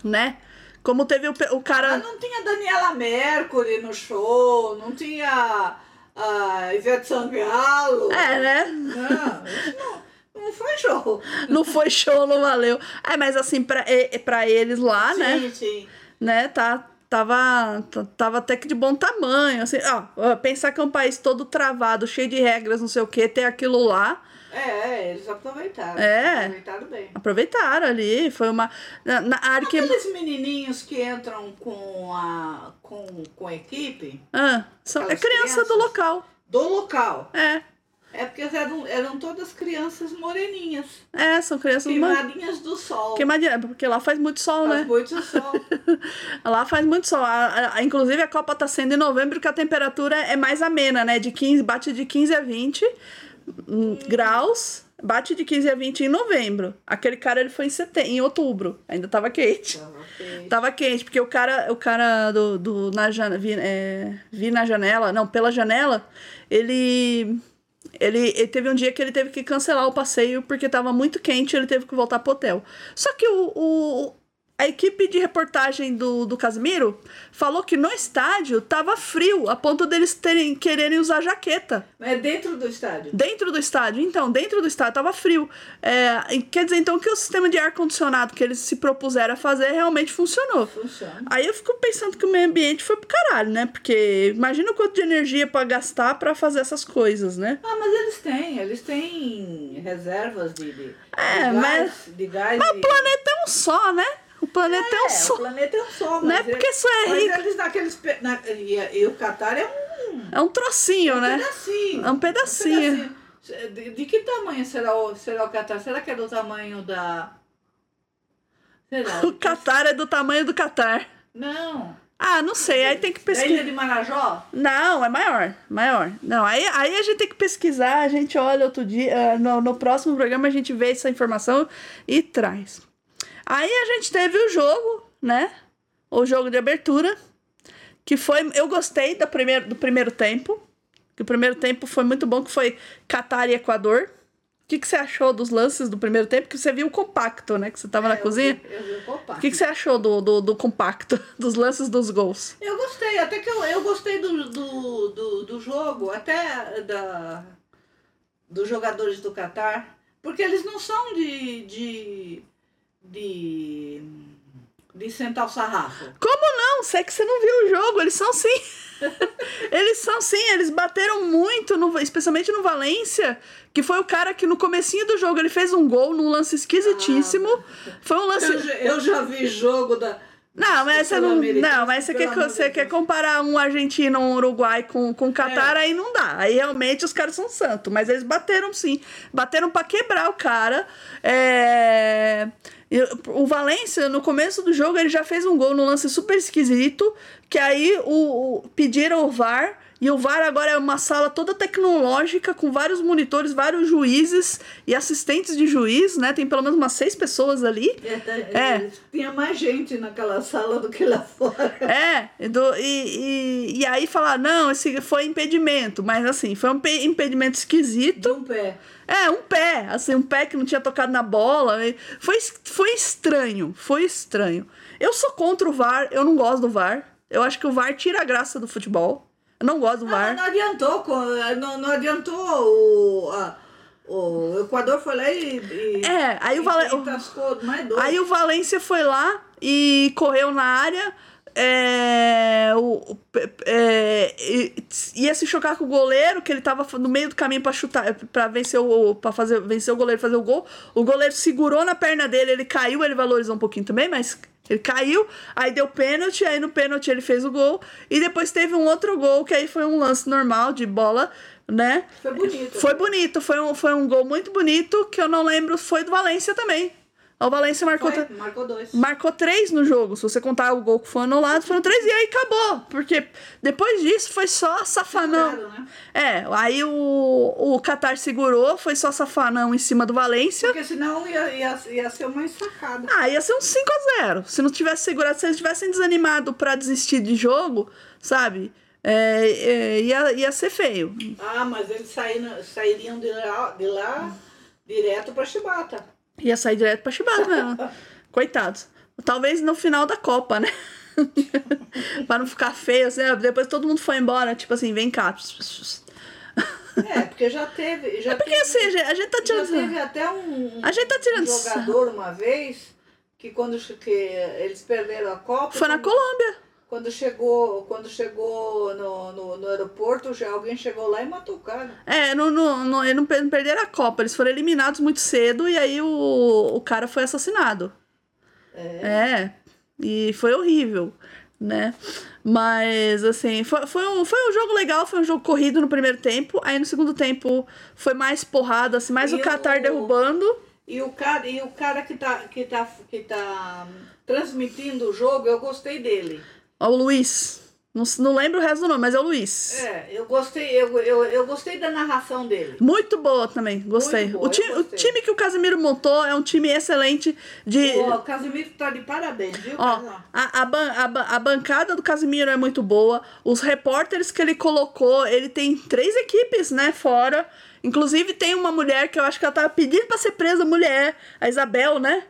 Speaker 1: né? Como teve o, pe- o
Speaker 2: Mas
Speaker 1: cara.
Speaker 2: Ah, não tinha Daniela Mercury no show, não tinha a Ivete Sangalo.
Speaker 1: É, né?
Speaker 2: Não, isso não, não foi show.
Speaker 1: Não foi show, não valeu. É, mas assim, pra, e- e pra eles lá,
Speaker 2: sim,
Speaker 1: né?
Speaker 2: sim.
Speaker 1: né, tá, tava, tá- tava até que de bom tamanho, assim, ó, ó, pensar que é um país todo travado, cheio de regras, não sei o que, ter aquilo lá,
Speaker 2: É, é, eles aproveitaram.
Speaker 1: É.
Speaker 2: Aproveitaram bem.
Speaker 1: aproveitaram ali, foi uma, na, na a arque...
Speaker 2: Aqueles menininhos que entram com a, com, com a equipe
Speaker 1: Ah, são, é
Speaker 2: Aquelas
Speaker 1: criança do
Speaker 2: crianças.
Speaker 1: local,
Speaker 2: do local.
Speaker 1: é,
Speaker 2: É porque eram, eram todas crianças moreninhas,
Speaker 1: é, são crianças... Man...
Speaker 2: queimadinhas do sol.
Speaker 1: Queimadinha, porque lá faz muito sol,
Speaker 2: Faz
Speaker 1: né?
Speaker 2: muito sol.
Speaker 1: Lá faz muito sol. A- a- a- inclusive a Copa tá sendo em novembro, que a temperatura é mais amena, né? De 15, bate de 15 a 20 hum, graus. Bate de 15 a 20 em novembro. Aquele cara ele foi em setembro, em outubro. Ainda tava quente.
Speaker 2: Então, ok.
Speaker 1: Tava quente, porque o cara, o cara do, do na janela, vi, é, vi na janela, não, pela janela, ele, ele ele teve um dia que ele teve que cancelar o passeio porque tava muito quente, ele teve que voltar pro hotel. Só que o, o- a equipe de reportagem do, do Casimiro falou que no estádio tava frio, a ponto deles terem quererem usar jaqueta.
Speaker 2: Mas é dentro do estádio.
Speaker 1: Dentro do estádio, então, dentro do estádio tava frio. É, e quer dizer, então, que o sistema de ar-condicionado que eles se propuseram a fazer realmente funcionou.
Speaker 2: Funciona.
Speaker 1: Aí eu fico pensando que o meio ambiente foi pro caralho, né? Porque imagina o quanto de energia pra gastar pra fazer essas coisas, né?
Speaker 2: Ah, mas eles têm, eles têm reservas de, de,
Speaker 1: É,
Speaker 2: de
Speaker 1: mas-
Speaker 2: gás, de gás
Speaker 1: Mas
Speaker 2: de-
Speaker 1: o planeta é um só, né? O planeta é, um
Speaker 2: É,
Speaker 1: só.
Speaker 2: o planeta é um sol,
Speaker 1: Não é
Speaker 2: mas ele-
Speaker 1: porque só é
Speaker 2: mas
Speaker 1: rico.
Speaker 2: eles naqueles... pe- na- e, e o Catar é um
Speaker 1: É um trocinho, né?
Speaker 2: pedacinho.
Speaker 1: É um pedacinho.
Speaker 2: pedacinho. De, de que tamanho será o, será o Catar? Será que é do tamanho da... Sei lá.
Speaker 1: O Catar é do tamanho do Catar.
Speaker 2: Não.
Speaker 1: Ah, não sei. Aí tem que
Speaker 2: Da ilha
Speaker 1: pesquisar.
Speaker 2: de Marajó?
Speaker 1: Não, é maior. Maior. Não, aí, aí a gente tem que pesquisar. A gente olha outro dia. ah, No, no próximo programa a gente vê essa informação e traz. Aí a gente teve o jogo, né? O jogo de abertura. Que foi. Eu gostei da primeiro, do primeiro tempo. Que o primeiro tempo foi muito bom, que foi Catar e Equador. O que, que você achou dos lances do primeiro tempo? Que você viu o compacto, né? Que você tava na
Speaker 2: É, Eu
Speaker 1: cozinha.
Speaker 2: vi- Eu, vi o
Speaker 1: O
Speaker 2: compacto.
Speaker 1: que, que você achou do, do, do compacto, dos lances dos gols?
Speaker 2: Eu gostei, até que eu, eu gostei do, do, do, do jogo, até da, dos jogadores do Catar, porque eles não são de. de. de, de sentar o sarrafo.
Speaker 1: Como não? Se é que você não viu o jogo, eles são sim. eles são sim, eles bateram muito, no- especialmente no Valência, que foi o cara que no comecinho do jogo ele fez um gol num lance esquisitíssimo. Foi um
Speaker 2: Eu,
Speaker 1: lance.
Speaker 2: já- eu já vi jogo da.
Speaker 1: Não, mas você não.
Speaker 2: Sul-Americano,
Speaker 1: Não, mas você tá
Speaker 2: pelo
Speaker 1: quer,
Speaker 2: amor de
Speaker 1: você quer
Speaker 2: Deus.
Speaker 1: comparar um argentino, um uruguai com, com o Catar, aí não dá. Aí realmente os caras são santos. Mas eles bateram sim. Bateram pra quebrar o cara. É, e O Valência, no começo do jogo, ele já fez um gol num lance super esquisito. Que aí o, o- pediram o VAR. E o VAR agora é uma sala toda tecnológica, com vários monitores, vários juízes e assistentes de juiz, né? Tem pelo menos umas seis pessoas ali. É.
Speaker 2: tá, Tinha mais gente naquela sala do que lá fora.
Speaker 1: É, e do, e, e, e aí falar, não, esse foi impedimento, mas assim, foi um pe- impedimento esquisito.
Speaker 2: De um pé.
Speaker 1: É, um pé, assim, um pé que não tinha tocado na bola. e Foi, es- foi estranho, foi estranho. Eu sou contra o VAR, eu não gosto do VAR. Eu acho que o VAR tira a graça do futebol. Eu não gosto do
Speaker 2: Não,
Speaker 1: VAR.
Speaker 2: Ah, não adiantou, co- não, não adiantou o. a- o Equador foi lá e. e-
Speaker 1: É, aí o
Speaker 2: e
Speaker 1: Vale-
Speaker 2: Tascou mais dois.
Speaker 1: Aí o Valência foi lá e correu na área. é, o- o- pe- é, e- ia se chocar com o goleiro, que ele tava no meio do caminho pra chutar, para vencer o para fazer vencer o goleiro, e fazer o gol. O goleiro segurou na perna dele, ele caiu, ele valorizou um pouquinho também, mas ele caiu, aí deu pênalti, aí no pênalti ele fez o gol e depois teve um outro gol que aí foi um lance normal de bola, né?
Speaker 2: Foi bonito.
Speaker 1: Foi bonito, foi um, foi um gol muito bonito que eu não lembro, foi do Valência também. Ó, O Valência marcou.
Speaker 2: Foi,
Speaker 1: tre-
Speaker 2: marcou dois.
Speaker 1: Marcou três no jogo. Se você contar o gol que foi anulado, foram três e aí acabou. Porque depois disso foi só safanão.
Speaker 2: Claro, né?
Speaker 1: É, aí o, o Qatar segurou, foi só safanão em cima do Valência.
Speaker 2: Porque senão ia, ia, ia ser uma sacada.
Speaker 1: Ah, ia ser um 5 a 0 Se não tivesse segurado, se eles tivessem desanimado pra desistir de jogo, sabe? É, é, ia, ia ser feio.
Speaker 2: Ah, mas eles saíram, sairiam de lá, de lá direto pra Chibata.
Speaker 1: Ia sair direto pra Chibata mesmo. Coitados. Talvez no final da Copa, né? pra não ficar feio, assim, ó, depois todo mundo foi embora, tipo assim, vem cá.
Speaker 2: É, porque já teve. Já
Speaker 1: Porque
Speaker 2: teve,
Speaker 1: assim, a gente- a gente tá
Speaker 2: já
Speaker 1: tirando.
Speaker 2: teve até um, um
Speaker 1: A gente tá tirando.
Speaker 2: jogador uma vez que quando che- que eles perderam a Copa.
Speaker 1: Foi na
Speaker 2: quando-
Speaker 1: Colômbia.
Speaker 2: Quando chegou, quando chegou no, no, no aeroporto, já alguém chegou lá e matou o cara.
Speaker 1: É, não, não, não, eles não per- não perderam a Copa. Eles foram eliminados muito cedo e aí o, o cara foi assassinado.
Speaker 2: É.
Speaker 1: É. E foi horrível, né? Mas, assim, foi, foi, um, foi um jogo legal, foi um jogo corrido no primeiro tempo. Aí no segundo tempo foi mais porrada, assim, mais
Speaker 2: E
Speaker 1: o Qatar
Speaker 2: o-
Speaker 1: derrubando.
Speaker 2: E o cara, e o cara que, tá, que, tá, que tá transmitindo o jogo, eu gostei dele.
Speaker 1: Ó, o Luiz. Não, s- não lembro o resto do nome, mas é o Luiz.
Speaker 2: É, eu gostei, eu, eu, eu gostei da narração dele.
Speaker 1: Muito boa também, gostei.
Speaker 2: boa,
Speaker 1: o, ti-
Speaker 2: eu
Speaker 1: o
Speaker 2: gostei.
Speaker 1: time que o Casemiro montou é um time excelente de.
Speaker 2: O Casimiro tá de parabéns, viu,
Speaker 1: Ó,
Speaker 2: Casimiro?
Speaker 1: a, a, ban- a, ba- a bancada do Casimiro é muito boa. Os repórteres que ele colocou, ele tem três equipes, né, fora. Inclusive tem uma mulher que eu acho que ela tava pedindo pra ser presa, mulher, a Isabel, né?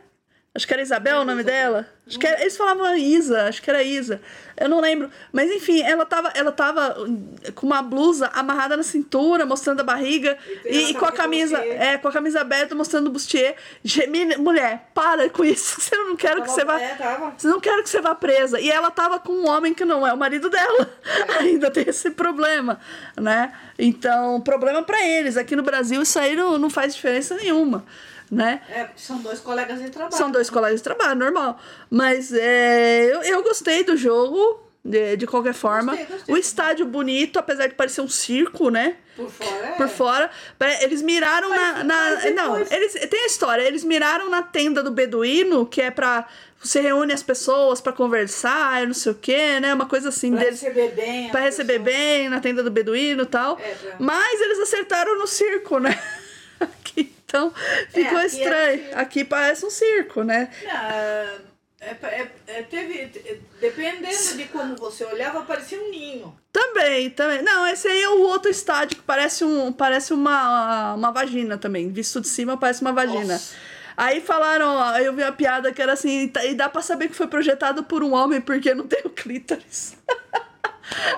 Speaker 1: Acho que era
Speaker 2: É,
Speaker 1: Isabel o nome dela. Acho que era- eles falavam Isa, acho que era Isa. Eu não lembro. Mas enfim, ela tava, ela tava hum, com uma blusa amarrada na cintura, mostrando a barriga.
Speaker 2: E
Speaker 1: E,
Speaker 2: ela
Speaker 1: e com a
Speaker 2: tava com
Speaker 1: camisa.
Speaker 2: bustier.
Speaker 1: É, com a camisa aberta, mostrando o bustier. Gemini, mulher, para com isso. Você não quero que
Speaker 2: Tava-
Speaker 1: você vá.
Speaker 2: é, tava.
Speaker 1: Você não quero que você vá presa. E ela tava com um homem que não é o marido dela. Ainda tem esse problema, né? Então, problema pra eles. Aqui no Brasil, isso aí não, não faz diferença nenhuma, né?
Speaker 2: É, porque são dois colegas de trabalho.
Speaker 1: São dois colegas de trabalho, normal. Mas é, eu, eu gostei do jogo, de, de qualquer forma.
Speaker 2: Gostei, gostei.
Speaker 1: O estádio bonito, apesar de parecer um circo, né?
Speaker 2: Por fora, é.
Speaker 1: por fora. Pare- Eles miraram na.
Speaker 2: Mas-
Speaker 1: na-
Speaker 2: mas depois-
Speaker 1: não, eles, tem a história. Eles miraram na tenda do Beduíno, que é pra. Você reúne as pessoas pra conversar, eu não sei o quê, né? Uma coisa assim
Speaker 2: Pra
Speaker 1: deles.
Speaker 2: receber bem. as
Speaker 1: Pra receber
Speaker 2: pessoas.
Speaker 1: bem na tenda do Beduíno e tal.
Speaker 2: É, pra-
Speaker 1: Mas eles acertaram no circo, né? Aqui, então ficou
Speaker 2: aqui é
Speaker 1: estranho.
Speaker 2: circo.
Speaker 1: Aqui parece um circo, né?
Speaker 2: Ah, é, é, é, teve, é, dependendo de como você olhava, parecia um ninho.
Speaker 1: Também, também. Não, esse aí é o outro estádio que parece, um, parece uma, uma vagina também. Visto de cima, parece uma vagina.
Speaker 2: Nossa.
Speaker 1: Aí falaram, ó, eu vi uma piada que era assim, "Tá- e dá pra saber que foi projetado por um homem porque não tem o clítoris.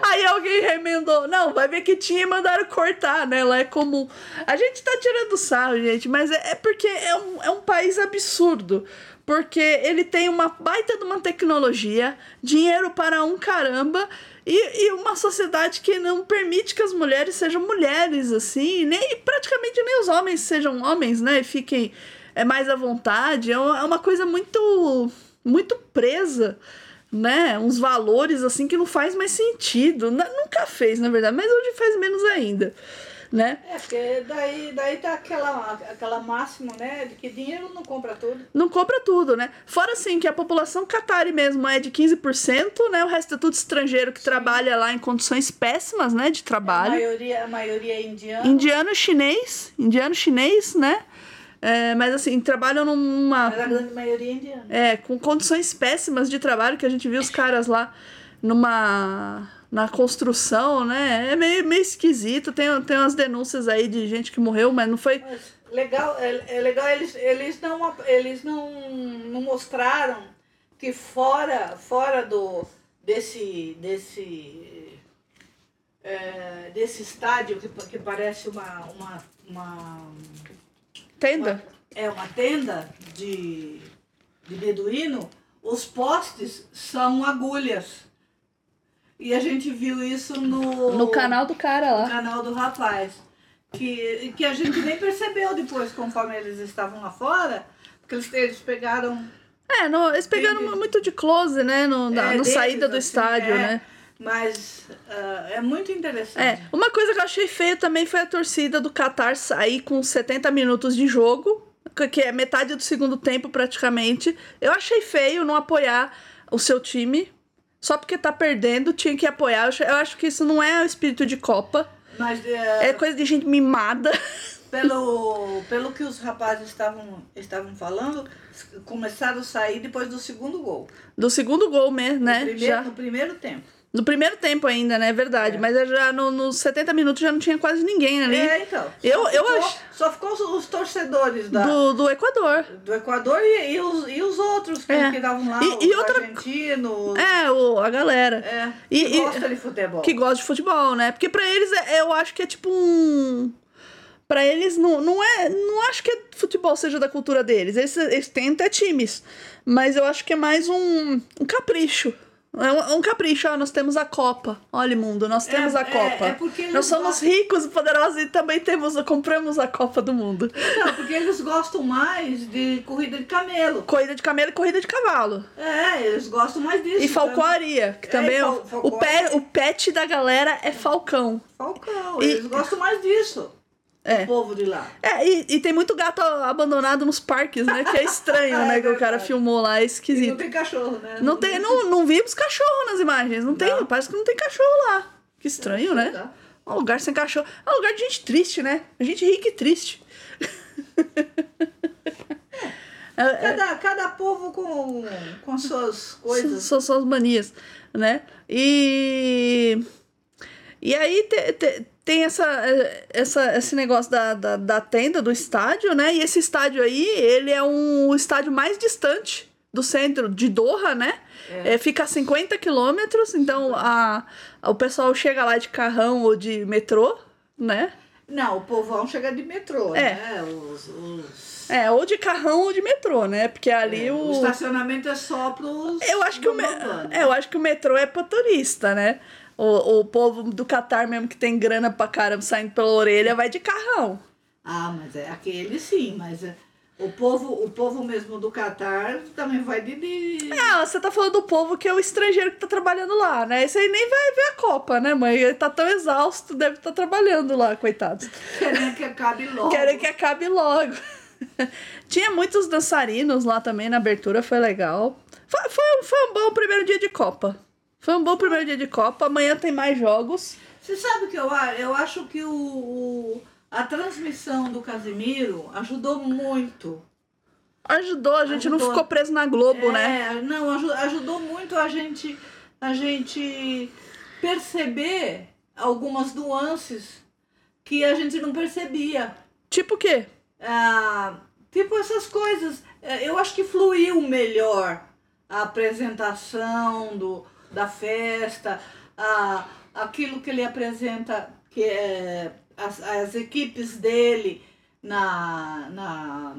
Speaker 1: Aí alguém remendou, não, vai ver que tinha e mandaram cortar, né? Lá é comum. A gente tá tirando sarro, gente, mas é, é porque é um, é um país absurdo. Porque ele tem uma baita de uma tecnologia, dinheiro para um caramba, e, e uma sociedade que não permite que as mulheres sejam mulheres, assim, nem e praticamente nem os homens sejam homens, né? E fiquem é, mais à vontade. É uma é uma coisa muito, muito presa né, uns valores assim que não faz mais sentido. Na- Nunca fez, na verdade, mas hoje faz menos ainda, né?
Speaker 2: É, porque daí, daí tá aquela, aquela máxima, né? De que dinheiro não compra tudo.
Speaker 1: Não compra tudo, né? Fora assim que a população catari mesmo é de 15%, né? O resto é tudo estrangeiro que trabalha lá em condições péssimas, né, de
Speaker 2: A
Speaker 1: trabalho.
Speaker 2: maioria, a maioria é indiana.
Speaker 1: Indiano chinês, indiano chinês, né? É, mas assim, trabalham numa
Speaker 2: Mas a grande maioria é indiana.
Speaker 1: É, com condições péssimas de trabalho, que a gente viu os caras lá numa. na construção, né? É meio, meio esquisito. Tem, tem umas denúncias aí de gente que morreu, mas não foi.
Speaker 2: Mas legal, é, é legal eles, eles, não, ap- eles não, não mostraram que fora, fora do, desse, desse, é, desse estádio que, pa- que parece uma, uma, uma
Speaker 1: Tenda.
Speaker 2: é uma tenda de, de beduíno, os postes são agulhas. E a gente viu isso no,
Speaker 1: No canal do cara
Speaker 2: no
Speaker 1: lá.
Speaker 2: canal do rapaz. Que, que a gente nem percebeu depois, conforme eles estavam lá fora, porque eles, eles pegaram.
Speaker 1: É, no- eles pegaram
Speaker 2: Entendi.
Speaker 1: muito de close, né? No, na
Speaker 2: é,
Speaker 1: no
Speaker 2: deles,
Speaker 1: saída do
Speaker 2: assim,
Speaker 1: estádio,
Speaker 2: é,
Speaker 1: né?
Speaker 2: Mas ah, é muito
Speaker 1: É,
Speaker 2: interessante.
Speaker 1: uma coisa que eu achei feio também foi a torcida do Qatar sair com 70 minutos de jogo. que é metade do segundo tempo praticamente. Eu achei feio não apoiar o seu time. Só porque tá perdendo, tinha que apoiar. Eu acho- Eu acho que isso não é o espírito de Copa.
Speaker 2: Mas
Speaker 1: É
Speaker 2: é,
Speaker 1: coisa de gente mimada.
Speaker 2: pelo, pelo que os rapazes estavam, estavam falando, s- começaram a sair depois do segundo gol.
Speaker 1: Do segundo gol mesmo, né?
Speaker 2: no, primeiro,
Speaker 1: já.
Speaker 2: no primeiro tempo.
Speaker 1: No primeiro tempo ainda, né? É verdade. Mas eu já no- nos 70 minutos já não tinha quase ninguém ali.
Speaker 2: É, então.
Speaker 1: Eu-
Speaker 2: só
Speaker 1: eu
Speaker 2: ficou-
Speaker 1: acho-
Speaker 2: Só ficou os, os torcedores da, do...
Speaker 1: do, do Equador.
Speaker 2: Equador e, e os, e os outros que
Speaker 1: É.
Speaker 2: estavam lá,
Speaker 1: E-
Speaker 2: os
Speaker 1: e outra-
Speaker 2: argentinos,
Speaker 1: É, o, a galera.
Speaker 2: é,
Speaker 1: E-
Speaker 2: que
Speaker 1: e-
Speaker 2: gosta de futebol.
Speaker 1: Que gosta de futebol, né? Porque pra eles é- eu acho que é tipo um. Pra eles não, não é. Não acho que futebol seja da cultura deles. Eles, eles têm até times. Mas eu acho que é mais um, um capricho. É um, é um capricho. Ah, nós temos a Copa. Olha, mundo, nós
Speaker 2: É-
Speaker 1: temos a
Speaker 2: é-
Speaker 1: Copa.
Speaker 2: é porque eles
Speaker 1: nós somos
Speaker 2: gostam-
Speaker 1: ricos e poderosos e também temos, compramos a Copa do Mundo.
Speaker 2: Não, porque eles gostam mais de corrida de camelo.
Speaker 1: Corrida de camelo e corrida de cavalo.
Speaker 2: É, eles gostam mais disso.
Speaker 1: E falcoaria, que
Speaker 2: É,
Speaker 1: também é, o,
Speaker 2: fal-
Speaker 1: o, pe- o pet da galera é falcão.
Speaker 2: Falcão,
Speaker 1: E-
Speaker 2: eles gostam mais disso.
Speaker 1: É.
Speaker 2: O povo de lá.
Speaker 1: É, e, e tem muito gato abandonado nos parques, né? Que é estranho,
Speaker 2: É
Speaker 1: né? Que o cara
Speaker 2: verdade.
Speaker 1: filmou lá, é
Speaker 2: E não
Speaker 1: esquisito.
Speaker 2: tem cachorro, né?
Speaker 1: Não tem, é. não, não vimos cachorro nas imagens, não tem,
Speaker 2: Não.
Speaker 1: parece que não tem cachorro lá. Que estranho, né?
Speaker 2: Tá.
Speaker 1: Um lugar sem cachorro. É um lugar de gente triste, né? Gente rica e triste. É, é,
Speaker 2: Cada, cada povo com, com suas
Speaker 1: são,
Speaker 2: coisas.
Speaker 1: são, são as manias, né? E. E aí te- te- tem essa, eh, essa, esse negócio da, da, da tenda, do estádio, né? E esse estádio aí, ele é um o estádio mais distante do centro de Doha, né?
Speaker 2: É.
Speaker 1: Eh, fica a 50 quilômetros, então a, o pessoal chega lá de carrão ou de metrô, né?
Speaker 2: Não, o povão chega de metrô,
Speaker 1: É.
Speaker 2: né? Os, os-
Speaker 1: É, ou de carrão ou de metrô, né? Porque ali
Speaker 2: é,
Speaker 1: o...
Speaker 2: o estacionamento é só pros.
Speaker 1: Eu acho que o, me-
Speaker 2: monobano.
Speaker 1: é, eu acho que o metrô é pra turista, né? O, o povo do Catar mesmo que tem grana pra caramba saindo pela orelha vai de carrão.
Speaker 2: Ah, mas é aquele sim, mas é, o, povo, o povo mesmo do Catar também vai de. de-
Speaker 1: Ah, você tá falando do povo que é o estrangeiro que tá trabalhando lá, né? Esse aí nem vai ver a Copa, né, mãe? Ele tá tão exausto, deve estar trabalhando lá, coitado.
Speaker 2: Querendo que acabe logo.
Speaker 1: Querem que acabe logo. Tinha muitos dançarinos lá também na abertura, foi legal. Foi, foi, um- foi um bom primeiro dia de Copa. Foi um bom primeiro dia de Copa. Amanhã tem mais jogos.
Speaker 2: Você sabe que eu, a- eu acho que o, o- a transmissão do Casimiro ajudou muito.
Speaker 1: Ajudou, a gente não
Speaker 2: Ajudou.
Speaker 1: ficou preso na Globo,
Speaker 2: é,
Speaker 1: né?
Speaker 2: Não, aju- ajudou muito a gente, a gente perceber algumas nuances que a gente não percebia.
Speaker 1: Tipo o quê?
Speaker 2: Ah, tipo essas coisas. É, Eu acho que fluiu melhor a apresentação do, da festa, a, aquilo que ele apresenta, que é as, as equipes dele na, na,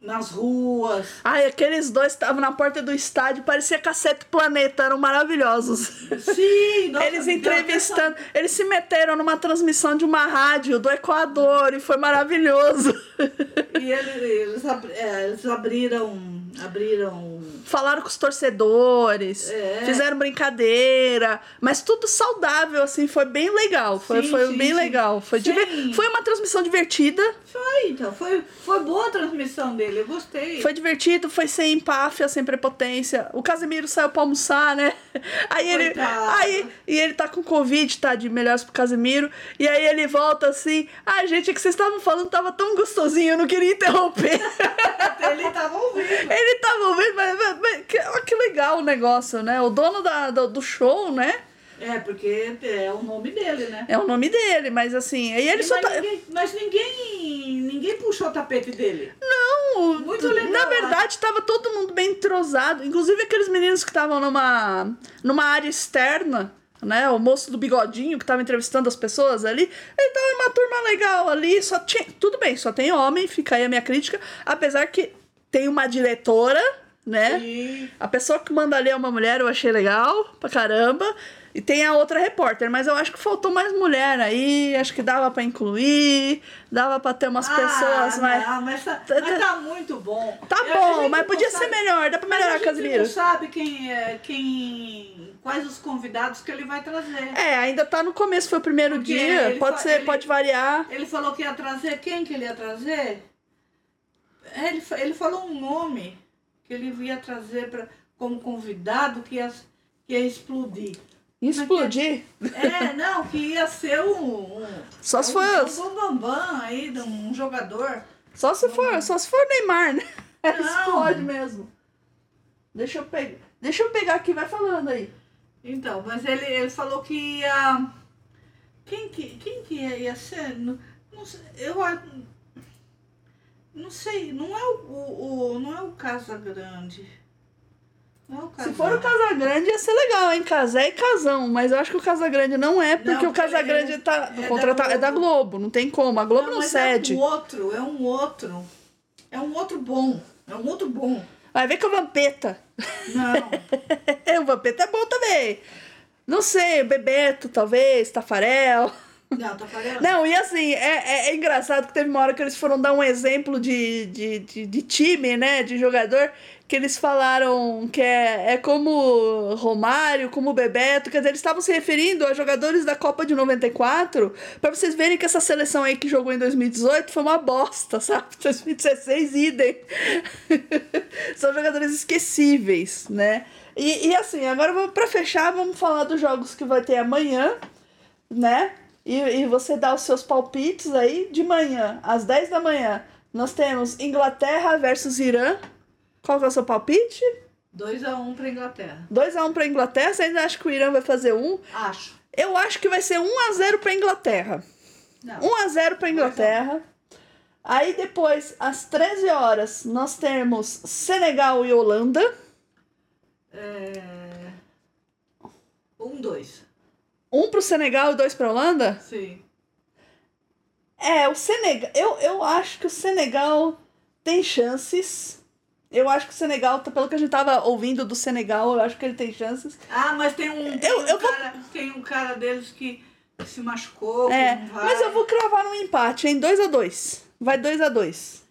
Speaker 2: nas ruas.
Speaker 1: Ai, aqueles dois estavam na porta do estádio, parecia Cacete Planeta, eram maravilhosos.
Speaker 2: Sim, nossa,
Speaker 1: eles
Speaker 2: me deu até
Speaker 1: entrevistando, eles se meteram numa transmissão de uma rádio do Equador e foi maravilhoso.
Speaker 2: E ele- eles, ab- é, eles abriram. abriram
Speaker 1: Falaram com os torcedores,
Speaker 2: É.
Speaker 1: fizeram brincadeira, mas tudo saudável, assim, foi bem legal. Foi,
Speaker 2: Sim,
Speaker 1: foi
Speaker 2: sim,
Speaker 1: bem
Speaker 2: sim.
Speaker 1: legal. Foi, diver-
Speaker 2: Sim.
Speaker 1: foi uma transmissão divertida,
Speaker 2: foi, então, foi, foi boa a transmissão dele, eu gostei.
Speaker 1: foi divertido, foi sem empáfia, sem prepotência. O Casemiro saiu pra almoçar, né? Aí ele.
Speaker 2: Coitado.
Speaker 1: Aí, e ele tá com Covid, tá? De melhores pro Casemiro. E aí ele volta assim. Ai, gente, é que vocês estavam falando, tava tão gostosinho, eu não queria interromper.
Speaker 2: Ele tava ouvindo.
Speaker 1: ele tava ouvindo, mas, mas- mas que, ó, que legal o negócio, né? O dono da, do, do show, né?
Speaker 2: É, porque é o nome dele, né?
Speaker 1: É o nome dele, mas assim. Aí ele
Speaker 2: mas,
Speaker 1: só tá.
Speaker 2: ninguém, mas ninguém. ninguém puxou o tapete dele.
Speaker 1: Não,
Speaker 2: Muito legal,
Speaker 1: Na
Speaker 2: né?
Speaker 1: verdade, tava todo mundo bem entrosado. Inclusive aqueles meninos que estavam numa, numa área externa, né? O moço do bigodinho que tava entrevistando as pessoas ali. Ele tava numa turma legal ali. Só tinha. Tudo bem, só tem homem, fica aí a minha crítica. Apesar que tem uma diretora, né?
Speaker 2: E
Speaker 1: A pessoa que manda ali é uma mulher, eu achei legal pra caramba. E tem a outra repórter, mas eu acho que faltou mais mulher aí, acho que dava pra incluir, dava pra ter umas pessoas
Speaker 2: ah,
Speaker 1: mais.
Speaker 2: Não, mas, tá,
Speaker 1: Tá-
Speaker 2: mas tá muito bom.
Speaker 1: Tá
Speaker 2: Eu- a
Speaker 1: bom,
Speaker 2: gente
Speaker 1: mas
Speaker 2: não
Speaker 1: podia
Speaker 2: sabe-
Speaker 1: ser melhor, dá pra
Speaker 2: mas a
Speaker 1: melhorar,
Speaker 2: gente
Speaker 1: Casimiro.
Speaker 2: não sabe quem é, quem, quais os convidados que ele vai trazer.
Speaker 1: É, ainda tá no começo, foi o primeiro
Speaker 2: Porque
Speaker 1: dia,
Speaker 2: ele
Speaker 1: pode
Speaker 2: fa-
Speaker 1: ser,
Speaker 2: ele-
Speaker 1: pode variar.
Speaker 2: Ele falou que ia trazer quem que ele ia trazer? É, ele, fa- ele falou um nome que ele ia trazer pra, como convidado que ia, que ia explodir.
Speaker 1: Explodir?
Speaker 2: É, não, que ia ser um. um
Speaker 1: Só se
Speaker 2: um-
Speaker 1: for.
Speaker 2: Um bambam aí, de um jogador.
Speaker 1: Só se for, só se for Neymar, né?
Speaker 2: Não.
Speaker 1: Explode mesmo. Deixa eu pegar. Deixa eu pegar aqui, vai falando aí.
Speaker 2: Então, mas ele, ele falou que ia. Quem que, quem que ia, ia ser? Não, não sei, eu a- não sei, não é o, o, o- não é o Casa Grande. Não é o Casa
Speaker 1: Se for o Casagrande, ia ser legal, hein? Casé e casão. Mas eu acho que o Casagrande não é, porque
Speaker 2: Não,
Speaker 1: o Casagrande
Speaker 2: é-
Speaker 1: tá.
Speaker 2: é da
Speaker 1: contratado, é da
Speaker 2: Globo.
Speaker 1: Globo, não tem como. A Globo não,
Speaker 2: mas
Speaker 1: cede.
Speaker 2: É um outro, é um outro. É um outro bom. É um outro bom.
Speaker 1: Vai ver que é o Vampeta.
Speaker 2: Não.
Speaker 1: o Vampeta é bom também. Não sei, Bebeto, talvez, Tafarel.
Speaker 2: Não, tá falando.
Speaker 1: Não, e assim, é, é, é engraçado que teve uma hora que eles foram dar um exemplo de, de, de, de time, né? De jogador, que eles falaram que é, é como Romário, como Bebeto, quer dizer, eles estavam se referindo a jogadores da Copa de 94, pra vocês verem que essa seleção aí que jogou em 2018 foi uma bosta, sabe? 2016, idem. São jogadores esquecíveis, né? E, e assim, agora vamos- pra fechar, vamos falar dos jogos que vai ter amanhã né? E, e você dá os seus palpites aí de manhã, às 10 da manhã. Nós temos Inglaterra versus Irã. Qual que é o seu palpite?
Speaker 2: 2x1 pra Inglaterra.
Speaker 1: 2x1 pra Inglaterra. Você ainda acha que o Irã vai fazer um?
Speaker 2: Acho.
Speaker 1: Eu acho que vai ser 1x0 pra Inglaterra.
Speaker 2: Não.
Speaker 1: 1x0 pra Inglaterra. Aí depois, às 13 horas, nós temos Senegal e Holanda.
Speaker 2: É... Um, dois.
Speaker 1: Um pro Senegal e dois pra Holanda?
Speaker 2: Sim.
Speaker 1: É, o Senegal. Eu, eu acho que o Senegal tem chances. Eu acho que o Senegal, tá, pelo que a gente tava ouvindo do Senegal, eu acho que ele tem chances.
Speaker 2: Ah, mas tem um, tem
Speaker 1: Eu-
Speaker 2: um
Speaker 1: eu vou-
Speaker 2: cara, tem um cara deles que se machucou,
Speaker 1: É,
Speaker 2: que não vai.
Speaker 1: mas eu vou cravar um empate, hein? 2 a 2 Vai 2 a 2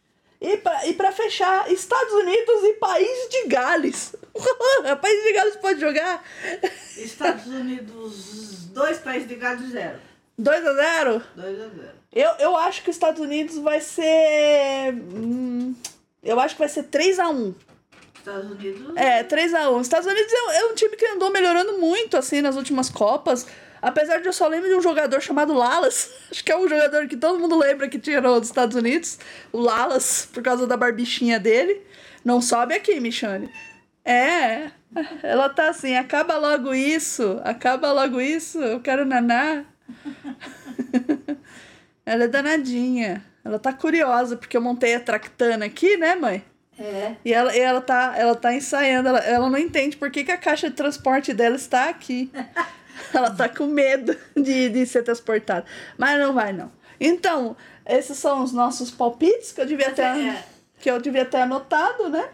Speaker 1: E pra, e pra fechar, Estados Unidos e País de Gales. País de Gales pode jogar
Speaker 2: Estados Unidos, dois países de gado zero.
Speaker 1: 2 a 0
Speaker 2: Dois a zero.
Speaker 1: Eu, eu acho que os Estados Unidos vai ser. hum, eu acho que vai ser 3 a 1
Speaker 2: Estados Unidos.
Speaker 1: É, 3x1. Estados Unidos é, um- é um time que andou melhorando muito, assim, nas últimas Copas. Apesar de eu só lembro de um jogador chamado Lalas. Acho que é um jogador que todo mundo lembra que tirou dos Estados Unidos. O Lalas, por causa da barbichinha dele. Não sobe aqui, Michane. É, ela tá assim, acaba logo isso, acaba logo isso, eu quero naná. ela é danadinha. Ela tá curiosa, porque eu montei a tractana aqui, né, mãe?
Speaker 2: É.
Speaker 1: E ela, e ela, tá, ela tá ensaiando, ela, ela não entende por que, que a caixa de transporte dela está aqui. ela tá com medo de, de ser transportada. Mas não vai, não. Então, esses são os nossos palpites que eu devia ter,
Speaker 2: É.
Speaker 1: que eu devia ter anotado, né?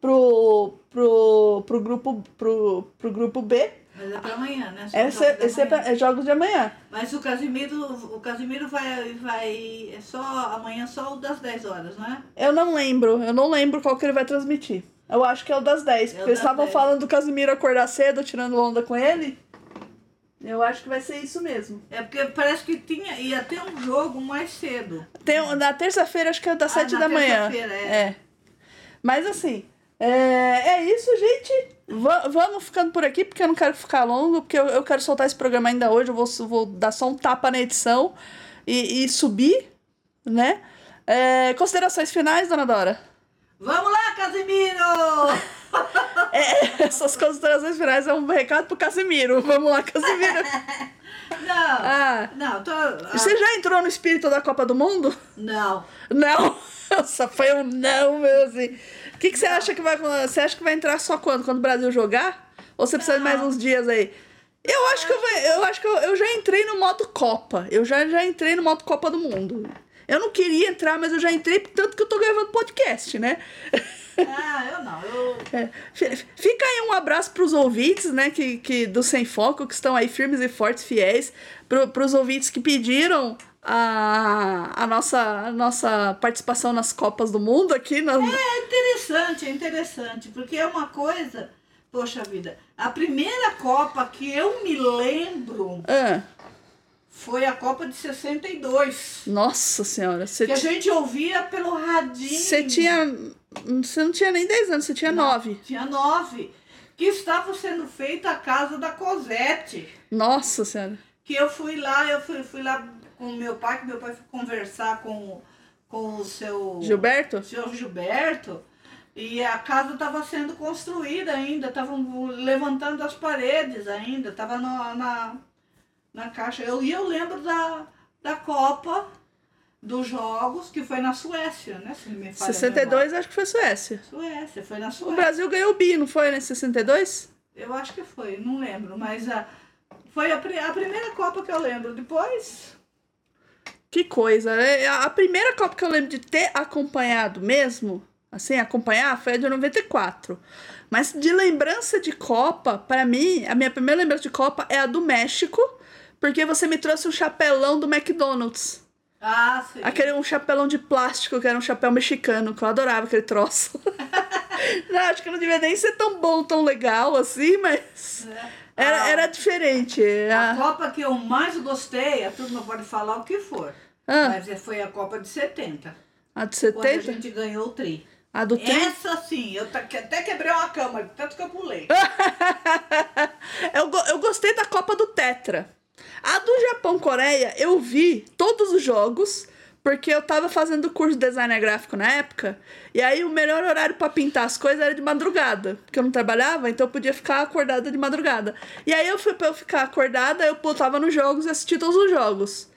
Speaker 1: Pro, pro, pro, grupo, pro, pro grupo B.
Speaker 2: Mas é pra amanhã, né? São
Speaker 1: Esse,
Speaker 2: jogos da
Speaker 1: esse é,
Speaker 2: manhã.
Speaker 1: pra- é jogos de amanhã.
Speaker 2: Mas o Casimiro, o Casimiro vai, vai. É só amanhã só o das 10 horas, não é?
Speaker 1: Eu não lembro, eu não lembro qual que ele vai transmitir. Eu acho que é o das 10,
Speaker 2: É o
Speaker 1: porque eles
Speaker 2: das
Speaker 1: estavam
Speaker 2: 10.
Speaker 1: falando do Casimiro acordar cedo, tirando onda com ele. Eu acho que vai ser isso mesmo.
Speaker 2: É porque parece que tinha, ia ter um jogo mais cedo.
Speaker 1: Tem, um- na terça-feira, acho que é das
Speaker 2: Ah,
Speaker 1: 7
Speaker 2: na
Speaker 1: da manhã.
Speaker 2: terça-feira, é.
Speaker 1: É. Mas assim, é, é isso, gente. Va- vamos ficando por aqui, porque eu não quero ficar longo, porque eu, eu quero soltar esse programa ainda hoje. Eu vou, su- vou dar só um tapa na edição e, e subir, né? É, considerações finais, dona Dora?
Speaker 2: Vamos lá, Casimiro!
Speaker 1: É, essas considerações finais é um recado pro Casimiro. Vamos lá, Casimiro.
Speaker 2: Não!
Speaker 1: Ah,
Speaker 2: Não, tô. ah,
Speaker 1: você já entrou no espírito da Copa do Mundo?
Speaker 2: Não.
Speaker 1: Não. Nossa, foi um não, meu assim. O que, que você acha que vai acon- Você acha que vai entrar só quando? Quando o Brasil jogar? Ou você precisa de mais
Speaker 2: Não.
Speaker 1: uns dias aí? Eu acho que eu, vou- eu acho que eu, eu já entrei no modo Copa. Eu já, já entrei no modo Copa do Mundo. Eu não queria entrar, mas eu já entrei, tanto que eu tô gravando podcast, né?
Speaker 2: Ah, eu não. Eu,
Speaker 1: É, fi- Fica aí um abraço pros ouvintes, né, que, que do Sem Foco, que estão aí firmes e fortes, fiéis, pro, pros ouvintes que pediram a, a, nossa, a nossa participação nas Copas do Mundo aqui. na-
Speaker 2: interessante, é interessante, porque é uma coisa, É. poxa vida, a primeira Copa que eu me lembro
Speaker 1: Ah,
Speaker 2: foi a Copa de 62.
Speaker 1: Nossa senhora, você
Speaker 2: Que assim. a
Speaker 1: ti-
Speaker 2: gente ouvia pelo radinho.
Speaker 1: você tinha. Você não tinha nem 10 anos, você tinha
Speaker 2: Não.
Speaker 1: 9.
Speaker 2: Tinha nove. Que estava sendo feita a casa da Cosette.
Speaker 1: Nossa senhora.
Speaker 2: que eu fui lá, eu fui, fui lá com meu pai, que meu pai foi conversar com, com o seu
Speaker 1: Gilberto?
Speaker 2: seu Gilberto. E a casa estava sendo construída ainda, estavam levantando as paredes ainda, estava na, na, na caixa. Eu, e eu lembro da, da Copa dos Jogos, que foi na Suécia, né? Se não me falha a
Speaker 1: 62 acho que foi Suécia.
Speaker 2: memória. Suécia, foi na
Speaker 1: O
Speaker 2: Suécia.
Speaker 1: Brasil ganhou o bi, não foi, né? 62?
Speaker 2: Eu acho que foi, não lembro, mas a, foi a, pri- a primeira Copa que eu lembro. Depois
Speaker 1: Que coisa, né? A a primeira Copa que eu lembro de ter acompanhado mesmo, assim, acompanhar, foi a de 94. Mas de lembrança de Copa, pra mim, a minha primeira lembrança de Copa é a do México, porque você me trouxe um chapelão do McDonald's.
Speaker 2: Ah, sim.
Speaker 1: Aquele um chapelão de plástico, que era um chapéu mexicano, que eu adorava aquele troço. não, acho que não devia nem ser tão bom, tão legal assim, mas era,
Speaker 2: Ah.
Speaker 1: era diferente.
Speaker 2: A
Speaker 1: Ah,
Speaker 2: Copa que eu mais gostei, a turma pode falar o que for,
Speaker 1: ah,
Speaker 2: mas é, foi a Copa de 70,
Speaker 1: a de
Speaker 2: quando a
Speaker 1: 70?
Speaker 2: gente É, ganhou o tri.
Speaker 1: A do 30?
Speaker 2: Essa sim, eu ta- que- até quebrei uma cama, de tanto que eu pulei.
Speaker 1: eu, go- eu gostei da Copa do Tetra. A do Japão-Coreia, eu vi todos os jogos, porque eu tava fazendo curso de design gráfico na época, e aí o melhor horário pra pintar as coisas era de madrugada, porque eu não trabalhava, então eu podia ficar acordada de madrugada. E aí eu fui pra eu ficar acordada, eu botava nos jogos e assisti todos os jogos.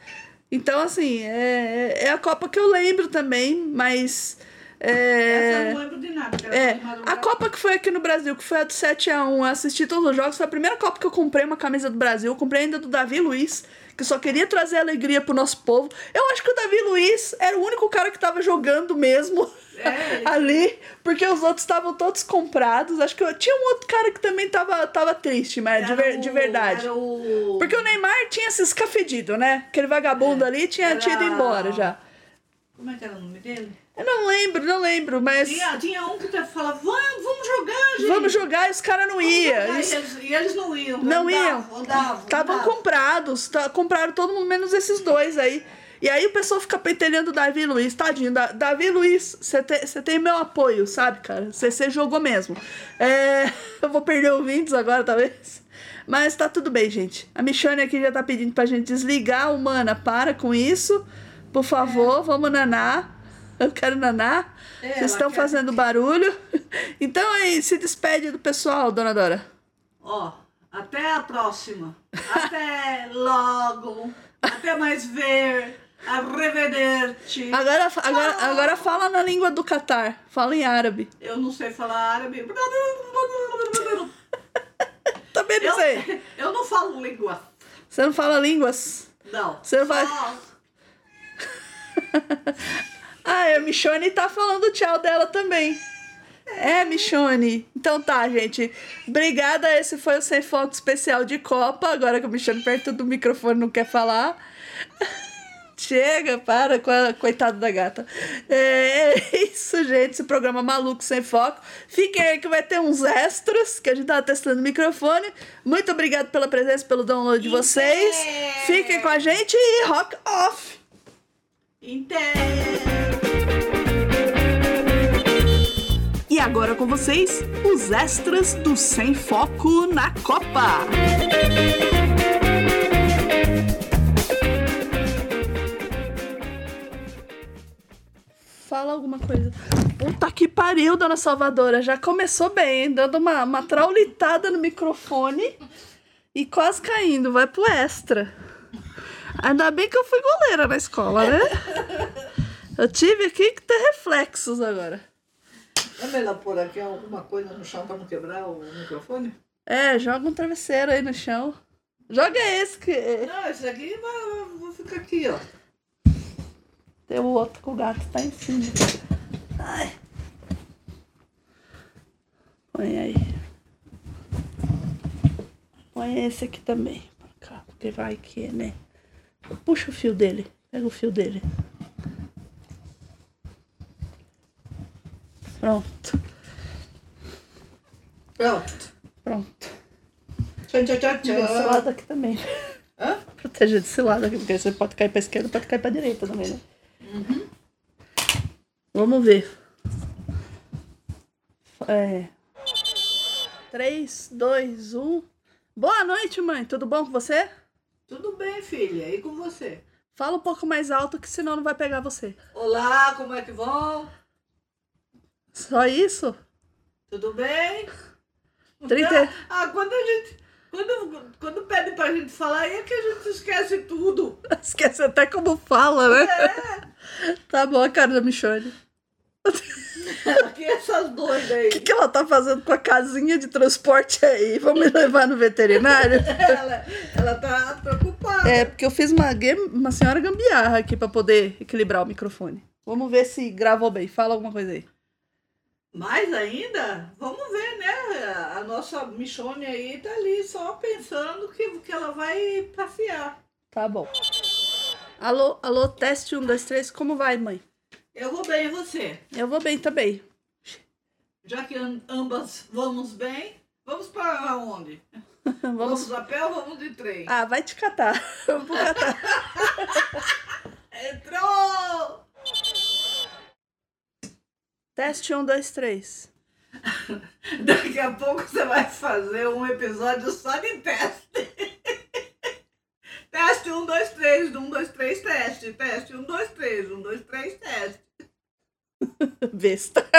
Speaker 1: Então, assim, é, é a Copa que eu lembro também, mas. é,
Speaker 2: Essa eu não lembro de nada. que era
Speaker 1: é,
Speaker 2: de madrugada.
Speaker 1: a Copa que foi aqui no Brasil, que foi a do 7x1, eu assisti todos os jogos, foi a primeira Copa que eu comprei uma camisa do Brasil, eu comprei ainda do Davi Luiz, que só queria trazer alegria pro nosso povo. Eu acho que o Davi Luiz era o único cara que tava jogando mesmo
Speaker 2: É, ele-
Speaker 1: ali, porque os outros estavam todos comprados. Acho que eu- tinha um outro cara que também tava, tava triste, mas é, de,
Speaker 2: era
Speaker 1: ver- de
Speaker 2: o-
Speaker 1: verdade.
Speaker 2: Era o... É.
Speaker 1: Porque o Neymar tinha se escafedido, né? Aquele vagabundo ali tinha
Speaker 2: era-
Speaker 1: tido embora já.
Speaker 2: Como é que era o nome dele?
Speaker 1: Eu não lembro, não lembro, mas...
Speaker 2: Tinha, tinha um que te- falava, vamos, vamos jogar, gente.
Speaker 1: Vamos jogar e os caras não
Speaker 2: vamos
Speaker 1: iam.
Speaker 2: jogar." E eles, e eles não iam. né?
Speaker 1: Não
Speaker 2: andavam,
Speaker 1: iam.
Speaker 2: andavam,
Speaker 1: Estavam
Speaker 2: andavam.
Speaker 1: comprados, tá- compraram todo mundo, menos esses dois aí. E aí o pessoal fica pentelhando o Davi Luiz, tadinho. Da, Davi Luiz, você te, cê tem meu apoio, sabe, cara? Você jogou mesmo. É, eu vou perder ouvintes agora, talvez. Mas tá tudo bem, gente. A Michone aqui já tá pedindo pra gente desligar, humana, para com isso. Por favor, vamos naná. Eu quero naná.
Speaker 2: É,
Speaker 1: Vocês
Speaker 2: ela
Speaker 1: estão
Speaker 2: quer-
Speaker 1: fazendo barulho. Então aí, se despede do pessoal, dona Dora.
Speaker 2: Ó, até a próxima. Até logo. Até mais ver. Arrevederci.
Speaker 1: Agora, agora, agora fala na língua do Catar. Fala em árabe.
Speaker 2: Eu não sei falar árabe.
Speaker 1: Também não sei.
Speaker 2: Eu, eu não falo língua.
Speaker 1: Você não fala línguas?
Speaker 2: Não.
Speaker 1: Você
Speaker 2: Só-
Speaker 1: vai- Ah, é, a Michone tá falando tchau dela também. É, Michone. Então tá, gente. Obrigada. Esse foi o Sem Foco especial de Copa. Agora que a Michone perto do microfone não quer falar. Chega, para, com a- coitado da gata. É, é isso, gente. Esse programa maluco sem foco. Fiquem aí que vai ter uns extras que a gente tava testando o microfone. Muito obrigado pela presença, pelo download de vocês. Fiquem com a gente e rock off!
Speaker 2: Inter.
Speaker 1: E agora com vocês, os extras do Sem Foco na Copa. Fala alguma coisa. Puta que pariu, dona Salvadora. Já começou bem, hein? dando uma, uma traulitada no microfone e quase caindo. Vai pro extra. Ainda bem que eu fui goleira na escola, né? Eu tive aqui que ter reflexos agora.
Speaker 2: É melhor pôr aqui alguma coisa no chão para não quebrar o microfone?
Speaker 1: É, joga um travesseiro aí no chão. Joga esse que.
Speaker 2: Não, esse aqui vai, vai ficar aqui, ó.
Speaker 1: Tem o outro que o gato tá em cima. Ai. Põe aí. Põe esse aqui também. Pra cá, porque vai que, né? Puxa o fio dele. Pega o fio dele. Pronto,
Speaker 2: Pronto.
Speaker 1: pronto.
Speaker 2: Tchau, thank
Speaker 1: Esse
Speaker 2: you.
Speaker 1: lado aqui também.
Speaker 2: Hã?
Speaker 1: Pra Seja desse lado aqui, porque você pode cair pra esquerda, pode cair pra direita também, né? Vamos ver. É. 3, 2, 1. Boa noite, mãe. Tudo bom com você?
Speaker 2: Tudo bem, filha? E com você?
Speaker 1: Fala um pouco mais alto, que senão não vai pegar você.
Speaker 2: Olá, como é que vão?
Speaker 1: Só isso?
Speaker 2: Tudo bem?
Speaker 1: Trinta-
Speaker 2: Ah, quando a gente. Quando, quando pede pra gente falar, aí é que a gente esquece tudo.
Speaker 1: Esquece até como fala, né? Tá bom a cara da Michone.
Speaker 2: Aqui é essas doidas aí.
Speaker 1: O que, que ela tá fazendo com a casinha de transporte aí? Vamos me levar no veterinário?
Speaker 2: Ela, ela tá preocupada.
Speaker 1: É, porque eu fiz uma, gam- uma senhora gambiarra aqui pra poder equilibrar o microfone. Vamos ver se gravou bem. Fala alguma coisa aí.
Speaker 2: Mais ainda, vamos ver, né? A nossa Michone aí tá ali só pensando que, que ela vai passear.
Speaker 1: Tá bom. Alô, alô, teste 1, 2, 3. Como vai, mãe?
Speaker 2: Eu vou bem, e você?
Speaker 1: Eu vou bem também.
Speaker 2: Já que am- ambas vamos bem, vamos para onde?
Speaker 1: Vamos.
Speaker 2: Vamos a pé ou vamos de trem?
Speaker 1: Ah, vai te catar. Eu vou catar.
Speaker 2: Entrou!
Speaker 1: Teste 1, 2, 3.
Speaker 2: Daqui a pouco você vai fazer um episódio só de teste. teste 1, 2, 3, 1, 2, 3, teste. Teste 1, 2, 3, 1, 2, 3, teste.
Speaker 1: Besta.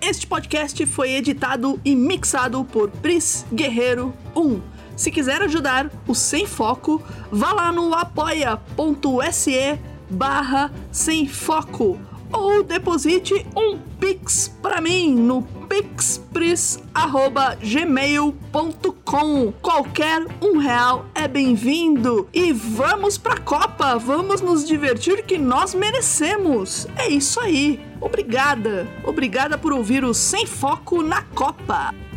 Speaker 1: Este podcast foi editado e mixado por Pris Guerreiro 1. Se quiser ajudar o Sem Foco, vá lá no apoia.se barra Sem Foco ou deposite um Pix pra mim no pixpris.gmail.com Qualquer um real é bem-vindo e vamos pra Copa, vamos nos divertir que nós merecemos. É isso aí, obrigada, obrigada por ouvir o Sem Foco na Copa.